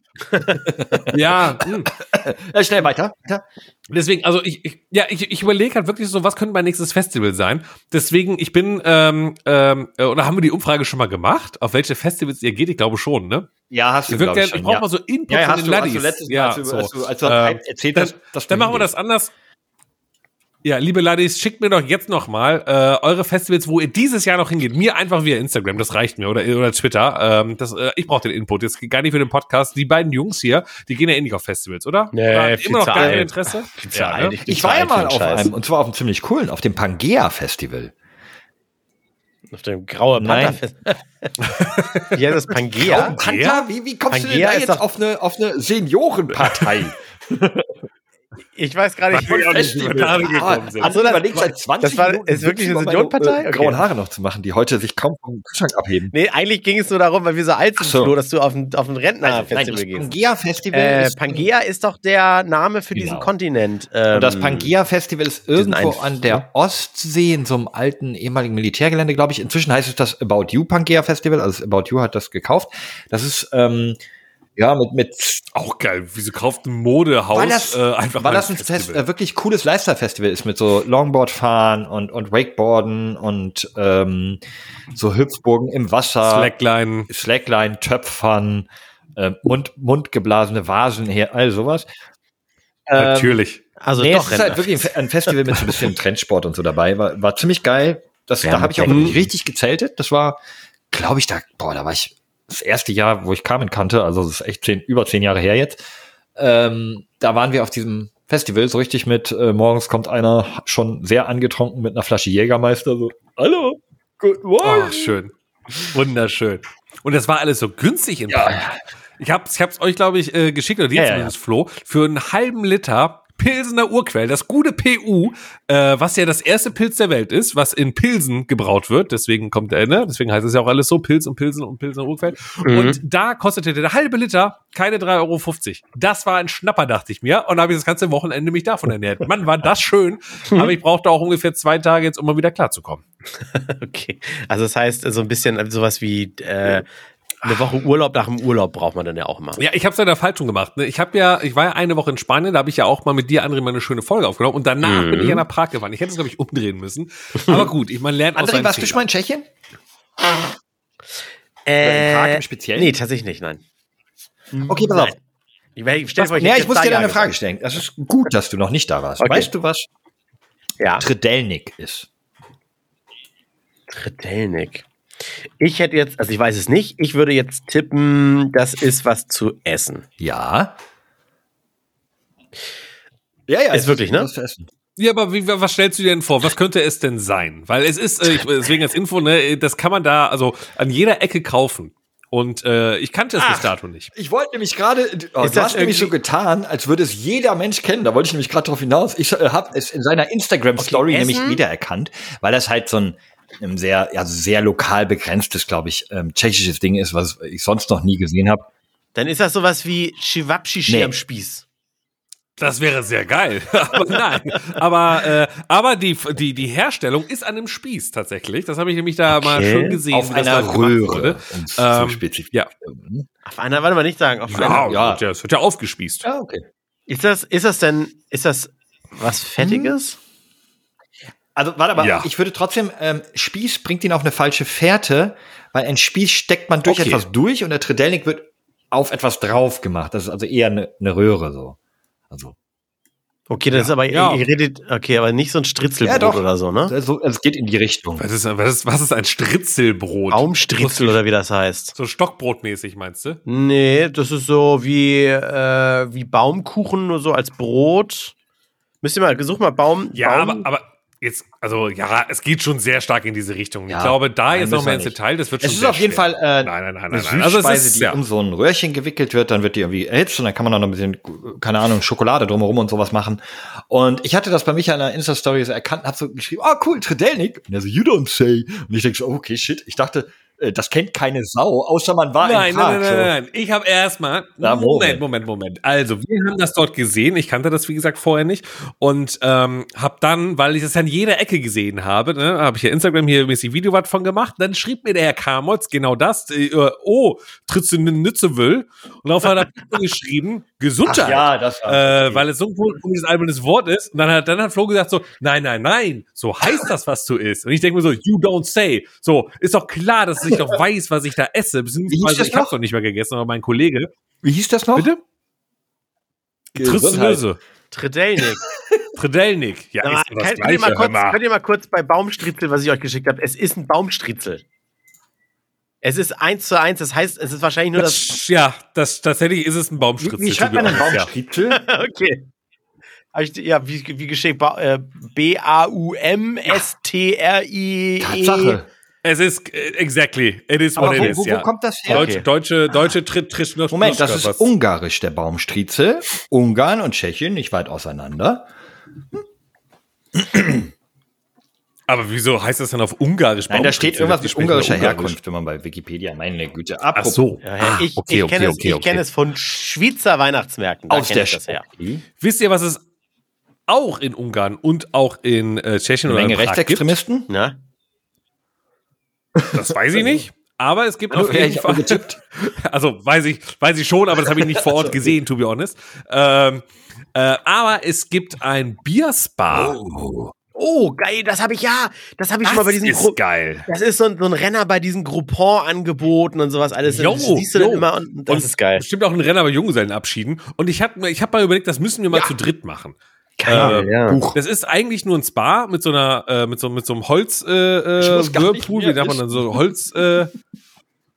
[SPEAKER 3] Ja, hm.
[SPEAKER 2] Ja, schnell weiter. weiter.
[SPEAKER 3] Deswegen, also ich, ich ja, ich, ich überlege halt wirklich so, was könnte mein nächstes Festival sein? Deswegen, ich bin, ähm, ähm, äh, oder haben wir die Umfrage schon mal gemacht? Auf welche Festivals ihr geht? Ich glaube schon, ne?
[SPEAKER 2] Ja, hast du,
[SPEAKER 3] Ich, würd
[SPEAKER 2] glaub
[SPEAKER 3] gern-
[SPEAKER 2] schon,
[SPEAKER 3] ich brauche
[SPEAKER 2] ja.
[SPEAKER 3] mal so Input
[SPEAKER 2] ja, ja,
[SPEAKER 3] von
[SPEAKER 2] hast
[SPEAKER 3] den
[SPEAKER 2] du, hast du
[SPEAKER 3] Laddies.
[SPEAKER 2] letztes Mal,
[SPEAKER 3] ja,
[SPEAKER 2] als, du,
[SPEAKER 3] so.
[SPEAKER 2] als du, als du
[SPEAKER 3] Ähm,
[SPEAKER 2] erzählt
[SPEAKER 3] dann,
[SPEAKER 2] hast, dass du
[SPEAKER 3] dann machen wir das
[SPEAKER 2] hingehst.
[SPEAKER 3] anders. Ja, liebe Ladies, schickt mir doch jetzt nochmal äh, eure Festivals, wo ihr dieses Jahr noch hingeht. Mir einfach via Instagram, das reicht mir, oder, oder Twitter. Ähm, das, äh, ich brauche den Input, jetzt gar nicht für den Podcast. Die beiden Jungs hier, die gehen ja eh nicht auf Festivals, oder?
[SPEAKER 1] Nee,
[SPEAKER 3] oder
[SPEAKER 1] viel
[SPEAKER 3] immer noch
[SPEAKER 1] zu
[SPEAKER 3] gar kein
[SPEAKER 1] alt.
[SPEAKER 3] Interesse? ne?
[SPEAKER 1] zu alt, ich bin
[SPEAKER 2] Ich
[SPEAKER 1] zu
[SPEAKER 2] war ja
[SPEAKER 1] alt für
[SPEAKER 2] mal
[SPEAKER 1] den
[SPEAKER 2] auf
[SPEAKER 1] Scheiß.
[SPEAKER 2] einem, und zwar auf einem ziemlich coolen, auf dem Pangea Festival.
[SPEAKER 1] Auf dem graue
[SPEAKER 2] Nein.
[SPEAKER 1] Pantherfest. Wie heißt das? Pangea?
[SPEAKER 2] Panther, wie, wie kommst du denn
[SPEAKER 1] Pangea
[SPEAKER 2] da
[SPEAKER 1] ist
[SPEAKER 2] jetzt
[SPEAKER 1] doch-
[SPEAKER 2] auf eine, auf eine Seniorenpartei?
[SPEAKER 1] Ich weiß gerade nicht.
[SPEAKER 3] Pangea ist
[SPEAKER 1] wie-
[SPEAKER 3] doch- Haare gekommen sind.
[SPEAKER 2] Also,
[SPEAKER 1] das-
[SPEAKER 2] überlegt seit 20
[SPEAKER 1] das war-
[SPEAKER 2] Minuten
[SPEAKER 1] ist wirklich eine
[SPEAKER 2] über meine,
[SPEAKER 1] Seniorenpartei?
[SPEAKER 2] äh,
[SPEAKER 1] Okay.
[SPEAKER 2] Grauen Haare noch zu machen, die heute sich kaum vom Kühlschrank abheben.
[SPEAKER 1] Nee, eigentlich ging es nur darum, weil wir so alt sind,
[SPEAKER 2] Ach so.
[SPEAKER 1] Flo, dass du auf ein, auf ein Rentnerfestival
[SPEAKER 2] das
[SPEAKER 1] gehst.
[SPEAKER 2] Pangea Festival
[SPEAKER 1] Äh,
[SPEAKER 2] ist
[SPEAKER 1] Pangea ist doch der Name für diesen
[SPEAKER 2] Genau.
[SPEAKER 1] Kontinent. Ähm,
[SPEAKER 2] und das Pangea Festival ist
[SPEAKER 1] diesen
[SPEAKER 2] irgendwo
[SPEAKER 1] einen-
[SPEAKER 2] an der Ostsee in so einem alten ehemaligen Militärgelände, glaube ich. Inzwischen heißt es das About You Pangea Festival, also das About You hat das gekauft. Das ist ähm, ja mit mit
[SPEAKER 3] Auch geil. Wieso kauft ein Modehaus
[SPEAKER 2] weil das,
[SPEAKER 3] äh, einfach
[SPEAKER 2] weil
[SPEAKER 3] mal
[SPEAKER 2] das ein Fest,
[SPEAKER 3] Festival?
[SPEAKER 2] äh, wirklich cooles Lifestyle-Festival ist mit so Longboardfahren und, und Wakeboarden und ähm, so Hüpfburgen im Wasser,
[SPEAKER 3] Slackline.
[SPEAKER 2] Slackline, Töpfern ähm, und mundgeblasene Vasen her, all sowas. Ähm,
[SPEAKER 3] Natürlich.
[SPEAKER 1] Also
[SPEAKER 2] nee,
[SPEAKER 1] doch
[SPEAKER 2] es ist halt wirklich ein Fe- ein Festival mit so ein bisschen Trendsport und so dabei. War, war ziemlich geil. Das, da habe ich auch
[SPEAKER 1] ähm,
[SPEAKER 2] wirklich richtig gezeltet. Das war, glaube ich, da, boah, da war ich das erste Jahr, wo ich Carmen kannte, also das ist echt zehn, über zehn Jahre her jetzt. Ähm, da waren wir auf diesem Festival so richtig mit, äh, morgens kommt einer schon sehr angetrunken mit einer Flasche Jägermeister, so, hallo, guten Morgen.
[SPEAKER 3] Oh, schön. Wunderschön. Und das war alles so günstig in Bayern. Ich hab's, ich hab's euch, glaube ich, äh, geschickt, oder dir
[SPEAKER 2] Ja, ja,
[SPEAKER 3] zumindest, Flo, für einen halben Liter Pilsener Urquell, das gute PU, äh, was ja das erste Pilz der Welt ist, was in Pilsen gebraut wird, deswegen kommt der, ne? deswegen heißt es ja auch alles so, Pilz und Pilsen und Pilsener Urquell. Und da kostete der halbe Liter keine 3,50 Euro. Das war ein Schnapper, dachte ich mir, und habe ich das ganze Wochenende mich davon ernährt. Mann, war das schön, aber ich brauchte auch ungefähr zwei Tage jetzt, um mal wieder klarzukommen.
[SPEAKER 1] Okay. Also das heißt, so ein bisschen sowas wie äh, eine Woche Urlaub nach dem Urlaub braucht man dann ja auch mal.
[SPEAKER 3] Ja, ich habe es leider falsch schon gemacht. Ne? Ich habe ja, ich war ja eine Woche in Spanien, da habe ich ja auch mal mit dir, André, mal eine schöne Folge aufgenommen und danach bin ich
[SPEAKER 2] Mhm.
[SPEAKER 3] ja nach Prag gefahren. Ich hätte es, glaube ich, umdrehen müssen. Aber gut, ich man lernt aus
[SPEAKER 2] André,
[SPEAKER 3] seinen
[SPEAKER 2] warst du
[SPEAKER 3] Fehlern.
[SPEAKER 2] schon mal in Tschechien?
[SPEAKER 1] Äh,
[SPEAKER 2] in Prag im Speziellen?
[SPEAKER 1] Nee, tatsächlich nicht, nein. Hm,
[SPEAKER 2] Okay, pass auf.
[SPEAKER 1] Ich, wär- ich stell vor,
[SPEAKER 2] Was, ja,
[SPEAKER 1] hätte
[SPEAKER 2] ich muss
[SPEAKER 1] jetzt
[SPEAKER 2] dir
[SPEAKER 1] da
[SPEAKER 2] da eine
[SPEAKER 1] Ja
[SPEAKER 2] Frage stellen. Das ist gut, dass du noch nicht da warst.
[SPEAKER 1] Okay.
[SPEAKER 2] Weißt du, was
[SPEAKER 1] gesagt. Ja.
[SPEAKER 2] Tredelnik ist?
[SPEAKER 1] Tredelnik. Ich hätte jetzt, also ich weiß es nicht, ich würde jetzt tippen, das ist was zu essen.
[SPEAKER 2] Ja. Ja, ja.
[SPEAKER 1] Ist
[SPEAKER 2] es
[SPEAKER 1] wirklich, ne?
[SPEAKER 2] was zu essen.
[SPEAKER 3] Ja, aber wie, was stellst du dir denn vor? Was könnte es denn sein? Weil es ist, äh, ich, deswegen als Info, ne, das kann man da also an jeder Ecke kaufen. Und äh, ich kannte es bis dato nicht.
[SPEAKER 2] Ich wollte nämlich gerade, oh,
[SPEAKER 1] Ist
[SPEAKER 2] du
[SPEAKER 1] das
[SPEAKER 2] hast nämlich so
[SPEAKER 1] irgendwie-
[SPEAKER 2] getan, als würde es jeder Mensch kennen. Da wollte ich nämlich gerade drauf hinaus. Ich äh, habe es in seiner Instagram-Story
[SPEAKER 1] Okay, Essen?
[SPEAKER 2] nämlich wiedererkannt, weil das halt so ein, ein sehr, ja, sehr lokal begrenztes, glaube ich, ähm, tschechisches Ding ist, was ich sonst noch nie gesehen habe.
[SPEAKER 1] Dann ist das sowas wie Chivapchichi
[SPEAKER 2] Nee.
[SPEAKER 1] am Spieß.
[SPEAKER 3] Das wäre sehr geil. aber nein. Aber, äh, aber die, die, die Herstellung ist an einem Spieß tatsächlich. Das habe ich nämlich da mal
[SPEAKER 1] Okay.
[SPEAKER 3] schön gesehen.
[SPEAKER 2] Auf
[SPEAKER 3] wie das da
[SPEAKER 2] einer
[SPEAKER 3] gemacht wurde.
[SPEAKER 2] Röhre. um es
[SPEAKER 3] Ähm,
[SPEAKER 2] spezifisch
[SPEAKER 3] ja.
[SPEAKER 2] zu machen.
[SPEAKER 1] Auf einer, warte mal, nicht sagen. Auf einer.
[SPEAKER 3] Ja,
[SPEAKER 2] Ja.
[SPEAKER 3] ja. das wird ja aufgespießt.
[SPEAKER 2] Ja, Ah, okay.
[SPEAKER 1] Ist das, ist das denn, ist das
[SPEAKER 2] Hm?
[SPEAKER 1] was Fettiges?
[SPEAKER 2] Also, warte, aber
[SPEAKER 3] Ja.
[SPEAKER 2] ich würde trotzdem, ähm, Spieß bringt ihn auf eine falsche Fährte, weil ein Spieß steckt man durch
[SPEAKER 3] Okay.
[SPEAKER 2] etwas durch und der Tredelnik wird auf etwas drauf gemacht. Das ist also eher eine, eine Röhre so. Also,
[SPEAKER 1] Okay, das ist aber,
[SPEAKER 3] Ja.
[SPEAKER 1] ihr redet, okay, aber nicht so ein Stritzelbrot
[SPEAKER 2] Ja, doch.
[SPEAKER 1] oder so, ne?
[SPEAKER 2] also es geht in die Richtung.
[SPEAKER 3] Was ist, was, ist, was ist ein Stritzelbrot?
[SPEAKER 1] Baumstritzel oder wie das heißt.
[SPEAKER 3] So stockbrotmäßig meinst du?
[SPEAKER 1] Nee, das ist so wie, äh, wie Baumkuchen, nur so als Brot. Müsst ihr mal, such mal Baum.
[SPEAKER 3] Ja,
[SPEAKER 1] Baum
[SPEAKER 3] aber, aber jetzt, also ja, es geht schon sehr stark in diese Richtung.
[SPEAKER 2] Ja,
[SPEAKER 3] ich glaube, da
[SPEAKER 2] nein,
[SPEAKER 3] jetzt noch
[SPEAKER 2] müssen
[SPEAKER 3] mehr
[SPEAKER 2] wir
[SPEAKER 3] ins
[SPEAKER 2] nicht.
[SPEAKER 3] Detail, das wird schon
[SPEAKER 2] Es ist
[SPEAKER 3] sehr
[SPEAKER 2] auf jeden Fall
[SPEAKER 3] schwer.
[SPEAKER 2] äh,
[SPEAKER 3] Nein, nein, nein,
[SPEAKER 2] eine
[SPEAKER 3] nein, nein. Also es
[SPEAKER 2] Süßspeise,
[SPEAKER 3] ist,
[SPEAKER 2] die
[SPEAKER 3] ja.
[SPEAKER 2] um so ein Röhrchen gewickelt wird, dann wird die irgendwie erhitzt und dann kann man noch ein bisschen, keine Ahnung, Schokolade drumherum und sowas machen. Und ich hatte das bei Micha in einer Insta-Story so erkannt und hab so geschrieben, oh cool, Tredelnik. Und er so, you don't say. Und ich denke so, okay, shit. Ich dachte, äh, das kennt keine Sau, außer man war
[SPEAKER 3] Nein,
[SPEAKER 2] im Park.
[SPEAKER 3] nein, nein,
[SPEAKER 2] so.
[SPEAKER 3] nein, nein. Ich habe erstmal.
[SPEAKER 2] Na, Moment.
[SPEAKER 3] Moment, Moment, Moment. Also, wir haben das dort gesehen. Ich kannte das, wie gesagt, vorher nicht. Und ähm, habe dann, weil ich das an jeder Ecke gesehen habe, ne, habe ich ja Instagram hier mäßig Video was von gemacht. Dann schrieb mir der Herr Kamotz genau das. Äh, oh, trittst du in den Nützewüll? Und auf einer Pizza geschrieben, Gesundheit.
[SPEAKER 2] Ach ja, das war's.
[SPEAKER 3] äh, weil es so ein komisches albernes Wort ist. Und dann hat, dann hat Flo gesagt so, nein, nein, nein, so heißt das, was du isst. Und ich denke mir so, you don't say. So, ist doch klar, dass ich doch weiß, was ich da esse.
[SPEAKER 2] Wie hieß
[SPEAKER 3] Beziehungsweise
[SPEAKER 2] das
[SPEAKER 3] ich hab's
[SPEAKER 2] noch?
[SPEAKER 3] doch nicht mehr gegessen, aber mein Kollege.
[SPEAKER 2] Wie hieß das noch?
[SPEAKER 3] Bitte?
[SPEAKER 2] Gesundheit.
[SPEAKER 3] Tristanöse.
[SPEAKER 1] Tredelnik.
[SPEAKER 3] Tredelnik. Ja,
[SPEAKER 1] Sag mal,
[SPEAKER 3] ist doch das
[SPEAKER 1] könnt, ihr
[SPEAKER 3] Gleiche.
[SPEAKER 1] mal
[SPEAKER 3] Hör
[SPEAKER 1] kurz,
[SPEAKER 3] mal.
[SPEAKER 1] könnt ihr mal kurz bei Baumstriezel, was ich euch geschickt habe, es ist ein Baumstriezel. Es ist eins zu eins, das heißt, es ist wahrscheinlich nur das.
[SPEAKER 3] Das, ja, das, tatsächlich ist es ein Baumschritt.
[SPEAKER 2] Wie schreibt man einen Baumstritzel?
[SPEAKER 1] Okay. Hab Ich, ja, wie, wie geschickt, Ba- äh, B-A-U-M-S-T-R-I.
[SPEAKER 2] Tatsache.
[SPEAKER 3] Es ist, äh, exactly. It is
[SPEAKER 2] Aber
[SPEAKER 3] what
[SPEAKER 2] wo,
[SPEAKER 3] it is,
[SPEAKER 2] wo,
[SPEAKER 3] ja.
[SPEAKER 2] wo kommt das her?
[SPEAKER 3] Deutsche, deutsche, deutsche Tritt, Tritt,
[SPEAKER 2] Moment, das ist ungarisch, der Baumstriezel. Ungarn und Tschechien, nicht weit auseinander.
[SPEAKER 3] Aber wieso heißt das dann auf Ungarisch?
[SPEAKER 2] Nein, da steht
[SPEAKER 3] Baumschritzel?
[SPEAKER 2] irgendwas mit
[SPEAKER 3] Wir sprechen ja
[SPEAKER 2] ungarischer
[SPEAKER 3] Ungarisch.
[SPEAKER 2] Herkunft, wenn man bei Wikipedia, meine Güte,
[SPEAKER 3] Ach so.
[SPEAKER 1] Ja, ja, ich
[SPEAKER 2] okay,
[SPEAKER 1] ich kenne
[SPEAKER 2] okay,
[SPEAKER 1] es,
[SPEAKER 2] okay,
[SPEAKER 1] ich
[SPEAKER 2] okay.
[SPEAKER 1] kenn es von Schweizer Weihnachtsmärkten. Da
[SPEAKER 2] aus
[SPEAKER 1] kenn
[SPEAKER 2] der
[SPEAKER 1] ich das her.
[SPEAKER 2] Spree.
[SPEAKER 3] Wisst ihr, was es auch in Ungarn und auch in äh, Tschechien
[SPEAKER 2] Eine
[SPEAKER 3] oder
[SPEAKER 2] Menge
[SPEAKER 3] in Prag
[SPEAKER 2] Rechtsextremisten?
[SPEAKER 1] Na?
[SPEAKER 3] gibt? Das weiß ich nicht. Aber es gibt
[SPEAKER 2] Also,
[SPEAKER 3] auf
[SPEAKER 2] ja,
[SPEAKER 3] jeden
[SPEAKER 2] ich hab
[SPEAKER 3] Fall.
[SPEAKER 2] getippt.
[SPEAKER 3] Also weiß ich, weiß ich schon, aber das habe ich nicht vor Ort gesehen, to be honest. Ähm, äh, aber es gibt ein Bierspa.
[SPEAKER 1] Oh, geil, das habe ich ja. Das habe ich schon mal
[SPEAKER 3] das
[SPEAKER 1] bei diesen Gru-
[SPEAKER 3] ist geil.
[SPEAKER 1] Das ist so ein, so ein Renner bei diesen Groupon-Angeboten und sowas alles.
[SPEAKER 3] Jo,
[SPEAKER 1] das siehst du
[SPEAKER 3] jo.
[SPEAKER 1] dann immer und das
[SPEAKER 3] Und
[SPEAKER 1] ist geil.
[SPEAKER 3] Bestimmt auch ein Renner bei Junggesellenabschieden. Und ich habe ich hab mal überlegt, das müssen wir mal zu dritt machen.
[SPEAKER 2] Äh,
[SPEAKER 1] Geil, ja.
[SPEAKER 2] Buch.
[SPEAKER 3] Das ist eigentlich nur ein Spa mit so einer, äh, mit so, mit so einem Holz, äh,
[SPEAKER 2] Ich
[SPEAKER 3] äh,
[SPEAKER 2] muss gar nicht
[SPEAKER 3] Whirlpool,
[SPEAKER 2] mehr
[SPEAKER 3] wie sagt man dann so, Holz, äh,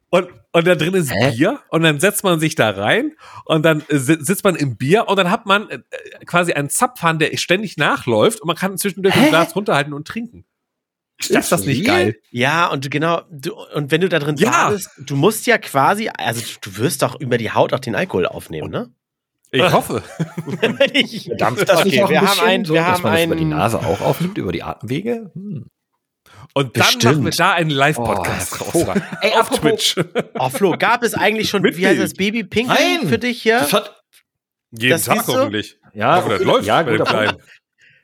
[SPEAKER 3] und, und da drin ist
[SPEAKER 2] Hä?
[SPEAKER 3] Bier und dann setzt man sich da rein und dann äh, si- sitzt man im Bier und dann hat man äh, äh, quasi einen Zapfhahn, der ständig nachläuft und man kann zwischendurch ein Glas runterhalten und trinken. Ist das, nicht
[SPEAKER 2] real?
[SPEAKER 3] geil?
[SPEAKER 1] Ja, und du, genau, du, und wenn du da drin
[SPEAKER 3] Ja.
[SPEAKER 1] badest, du musst ja quasi, also du, du wirst doch über die Haut auch den Alkohol aufnehmen, ne?
[SPEAKER 3] Ich
[SPEAKER 2] Ah.
[SPEAKER 3] hoffe.
[SPEAKER 2] Dampft das
[SPEAKER 1] Okay,
[SPEAKER 2] nicht auch ein
[SPEAKER 1] wir haben
[SPEAKER 2] bisschen
[SPEAKER 1] ein-
[SPEAKER 2] so,
[SPEAKER 1] wir
[SPEAKER 2] dass
[SPEAKER 1] haben
[SPEAKER 2] man das über
[SPEAKER 1] ein-
[SPEAKER 2] die Nase auch aufnimmt, über die Atemwege? Hm.
[SPEAKER 3] Und dann machen wir
[SPEAKER 2] Bestimmt.
[SPEAKER 3] da einen Live-Podcast
[SPEAKER 2] Oh,
[SPEAKER 3] draus.
[SPEAKER 2] hervorragend.
[SPEAKER 3] Ey, auf Twitch.
[SPEAKER 1] oh, Flo, gab es eigentlich schon, wie heißt das, baby Pink
[SPEAKER 2] Nein.
[SPEAKER 1] für dich hier?
[SPEAKER 2] Das hat,
[SPEAKER 3] Jeden
[SPEAKER 1] Das
[SPEAKER 3] Tag
[SPEAKER 1] siehst du?
[SPEAKER 3] hoffentlich.
[SPEAKER 2] ja,
[SPEAKER 3] Hoffe, das läuft
[SPEAKER 2] ja,
[SPEAKER 3] bei dem
[SPEAKER 2] guter Punkt.
[SPEAKER 3] Kleinen.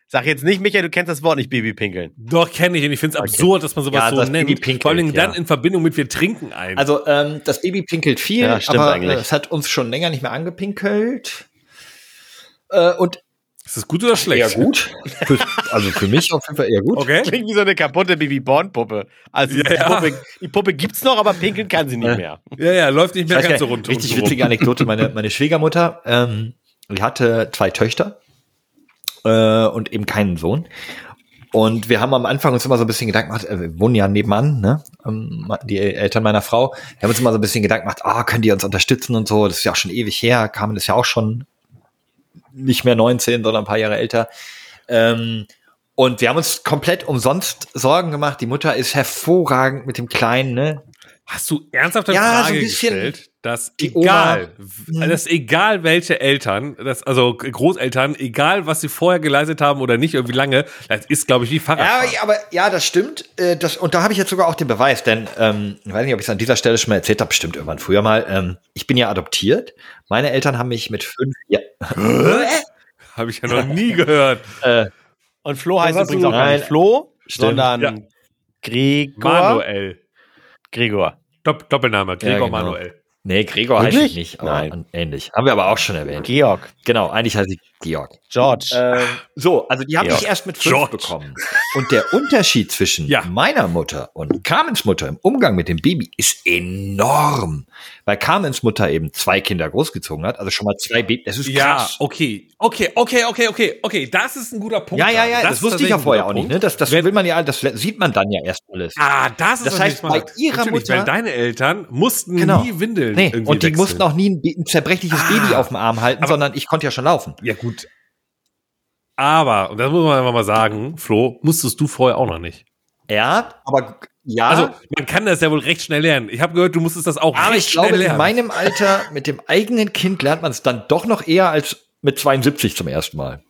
[SPEAKER 1] Sag jetzt nicht, Michael, du kennst das Wort nicht, Babypinkeln.
[SPEAKER 3] Doch, kenne ich. Und ich finde es absurd, dass man sowas
[SPEAKER 2] Ja,
[SPEAKER 3] so
[SPEAKER 2] das
[SPEAKER 3] nennt.
[SPEAKER 2] Baby pinkelt,
[SPEAKER 3] Vor allem dann
[SPEAKER 2] ja.
[SPEAKER 3] in Verbindung mit wir trinken ein.
[SPEAKER 2] Also ähm, das Baby pinkelt viel,
[SPEAKER 1] Ja, stimmt
[SPEAKER 2] aber
[SPEAKER 1] eigentlich.
[SPEAKER 2] äh, es hat uns schon länger nicht mehr angepinkelt. Äh, und
[SPEAKER 3] ist das gut oder schlecht?
[SPEAKER 2] eher gut. Für, also für mich auf jeden Fall eher gut.
[SPEAKER 3] Okay.
[SPEAKER 1] Klingt wie so eine kaputte Baby-Born-Puppe. Also die,
[SPEAKER 3] Ja.
[SPEAKER 1] Puppe, die Puppe gibt's noch, aber pinkeln kann sie
[SPEAKER 2] Äh.
[SPEAKER 1] nicht mehr.
[SPEAKER 3] Ja, ja, läuft nicht mehr
[SPEAKER 2] Ich weiß
[SPEAKER 3] ganz so
[SPEAKER 2] gar
[SPEAKER 3] rund.
[SPEAKER 2] nicht, richtig
[SPEAKER 3] rund rum.
[SPEAKER 2] witzige Anekdote. Meine, meine Schwiegermutter, ähm, die hatte zwei Töchter äh, und eben keinen Sohn. Und wir haben am Anfang uns immer so ein bisschen Gedanken gemacht, äh, wir wohnen ja nebenan, ne? Ähm, die Eltern meiner Frau, wir haben uns immer so ein bisschen Gedanken gemacht, ah, können die uns unterstützen und so, das ist ja auch schon ewig her, Carmen ist ja auch schon nicht mehr 19, sondern ein paar Jahre älter. Ähm, und wir haben uns komplett umsonst Sorgen gemacht. Die Mutter ist hervorragend mit dem Kleinen, ne?
[SPEAKER 3] Hast du ernsthaft eine
[SPEAKER 2] Ja, so ein
[SPEAKER 3] Frage
[SPEAKER 2] bisschen
[SPEAKER 3] gestellt, dass
[SPEAKER 2] die
[SPEAKER 3] egal,
[SPEAKER 2] Oma. hm.
[SPEAKER 3] w- dass egal welche Eltern, dass, also Großeltern, egal was sie vorher geleistet haben oder nicht und wie lange, das ist, glaube ich, wie
[SPEAKER 2] Ja,
[SPEAKER 3] Fahrrad.
[SPEAKER 2] ja, aber ja, das stimmt. Äh, das, und da habe ich jetzt sogar auch den Beweis, denn ähm, ich weiß nicht, ob ich es an dieser Stelle schon mal erzählt habe, bestimmt irgendwann früher mal. Ähm, ich bin ja adoptiert. Meine Eltern haben mich mit fünf Jahren.
[SPEAKER 3] Habe ich ja noch nie gehört.
[SPEAKER 1] Und Flo heißt
[SPEAKER 3] hast
[SPEAKER 1] übrigens
[SPEAKER 3] du-
[SPEAKER 1] auch gar nicht
[SPEAKER 2] Nein.
[SPEAKER 1] Flo,
[SPEAKER 2] Äh. Stimmt.
[SPEAKER 1] sondern
[SPEAKER 3] Ja.
[SPEAKER 1] Gregor.
[SPEAKER 3] Manuel.
[SPEAKER 1] Gregor.
[SPEAKER 3] Dopp Doppelname, Gregor
[SPEAKER 2] genau.
[SPEAKER 3] Manuel.
[SPEAKER 2] Nee, Gregor
[SPEAKER 1] Wirklich?
[SPEAKER 2] heißt ich nicht, aber
[SPEAKER 1] Nein.
[SPEAKER 2] ähnlich. Haben wir aber auch schon erwähnt.
[SPEAKER 1] Georg.
[SPEAKER 2] Genau, eigentlich heißt ich Georg.
[SPEAKER 1] George.
[SPEAKER 2] So, also die habe
[SPEAKER 1] Georg.
[SPEAKER 2] ich erst mit fünf
[SPEAKER 3] George.
[SPEAKER 2] bekommen. Und der Unterschied zwischen
[SPEAKER 3] Ja.
[SPEAKER 2] meiner Mutter und Carmens Mutter im Umgang mit dem Baby ist enorm. Weil Carmens Mutter eben zwei Kinder großgezogen hat, also schon mal zwei Babys. Das ist
[SPEAKER 3] Ja,
[SPEAKER 2] krass.
[SPEAKER 3] okay. Okay, okay, okay, okay, okay. Das ist ein guter Punkt.
[SPEAKER 2] Ja, ja,
[SPEAKER 3] gerade.
[SPEAKER 2] ja, das,
[SPEAKER 3] ist
[SPEAKER 2] wusste ich ja
[SPEAKER 3] tatsächlich ein
[SPEAKER 2] vorher
[SPEAKER 3] guter
[SPEAKER 2] auch nicht.
[SPEAKER 3] Punkt.
[SPEAKER 2] Ne? Das, das will man ja, das sieht man dann ja erst alles.
[SPEAKER 3] Ah, das ist
[SPEAKER 2] Das
[SPEAKER 3] natürlich
[SPEAKER 2] heißt, bei
[SPEAKER 3] smart.
[SPEAKER 2] ihrer
[SPEAKER 3] Natürlich,
[SPEAKER 2] Mutter-
[SPEAKER 3] Weil deine Eltern mussten
[SPEAKER 2] Genau.
[SPEAKER 3] nie Windeln.
[SPEAKER 2] nee,
[SPEAKER 3] irgendwie
[SPEAKER 2] und die
[SPEAKER 3] wechseln. Ah.
[SPEAKER 2] mussten auch nie ein, Ba- ein zerbrechliches Baby auf dem Arm halten, sondern ich konnte ja schon laufen.
[SPEAKER 3] Ja, gut. Aber, und das muss man einfach mal sagen, Flo, musstest du vorher auch noch nicht.
[SPEAKER 2] Ja, aber ja.
[SPEAKER 3] Also, man kann das ja wohl recht schnell lernen. Ich habe gehört, du musstest das auch
[SPEAKER 2] aber
[SPEAKER 3] recht
[SPEAKER 2] Ah, ich glaube,
[SPEAKER 3] schnell
[SPEAKER 2] in
[SPEAKER 3] lernen.
[SPEAKER 2] meinem Alter mit dem eigenen Kind lernt man es dann doch noch eher als mit 72 zum ersten Mal.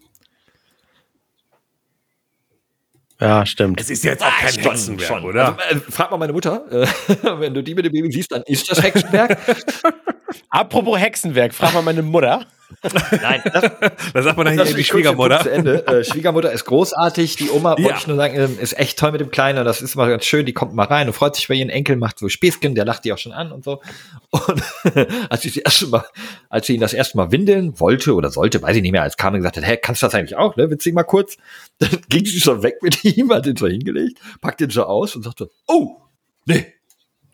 [SPEAKER 1] Ja, stimmt.
[SPEAKER 3] es ist jetzt auch
[SPEAKER 2] Ah,
[SPEAKER 3] kein Hexenwerk, oder?
[SPEAKER 2] Also, äh, frag mal meine Mutter, äh, wenn du die mit dem Baby siehst, dann ist das Hexenwerk.
[SPEAKER 1] Apropos Hexenwerk, frag mal meine Mutter.
[SPEAKER 2] Nein, das,
[SPEAKER 3] da sagt man dann
[SPEAKER 2] das
[SPEAKER 3] hier die
[SPEAKER 2] ist Also, kurz den Punkt Zu
[SPEAKER 3] Schwiegermutter.
[SPEAKER 2] Ende. Äh, Schwiegermutter ist großartig, die Oma
[SPEAKER 3] Ja.
[SPEAKER 2] wollte ich nur sagen, ähm, ist echt toll mit dem Kleinen und das ist immer ganz schön, die kommt mal rein und freut sich bei ihren Enkel, macht so Späßchen, der lacht die auch schon an und so. Und als ich das erste Mal, als sie ihn das erste Mal windeln wollte oder sollte, weiß ich nicht mehr, als Carmen gesagt hat, hä, kannst du das eigentlich auch, ne? Willst du ihn mal kurz? Dann ging sie schon weg mit ihm, hat ihn so hingelegt, packt ihn so aus und sagte, oh, nee.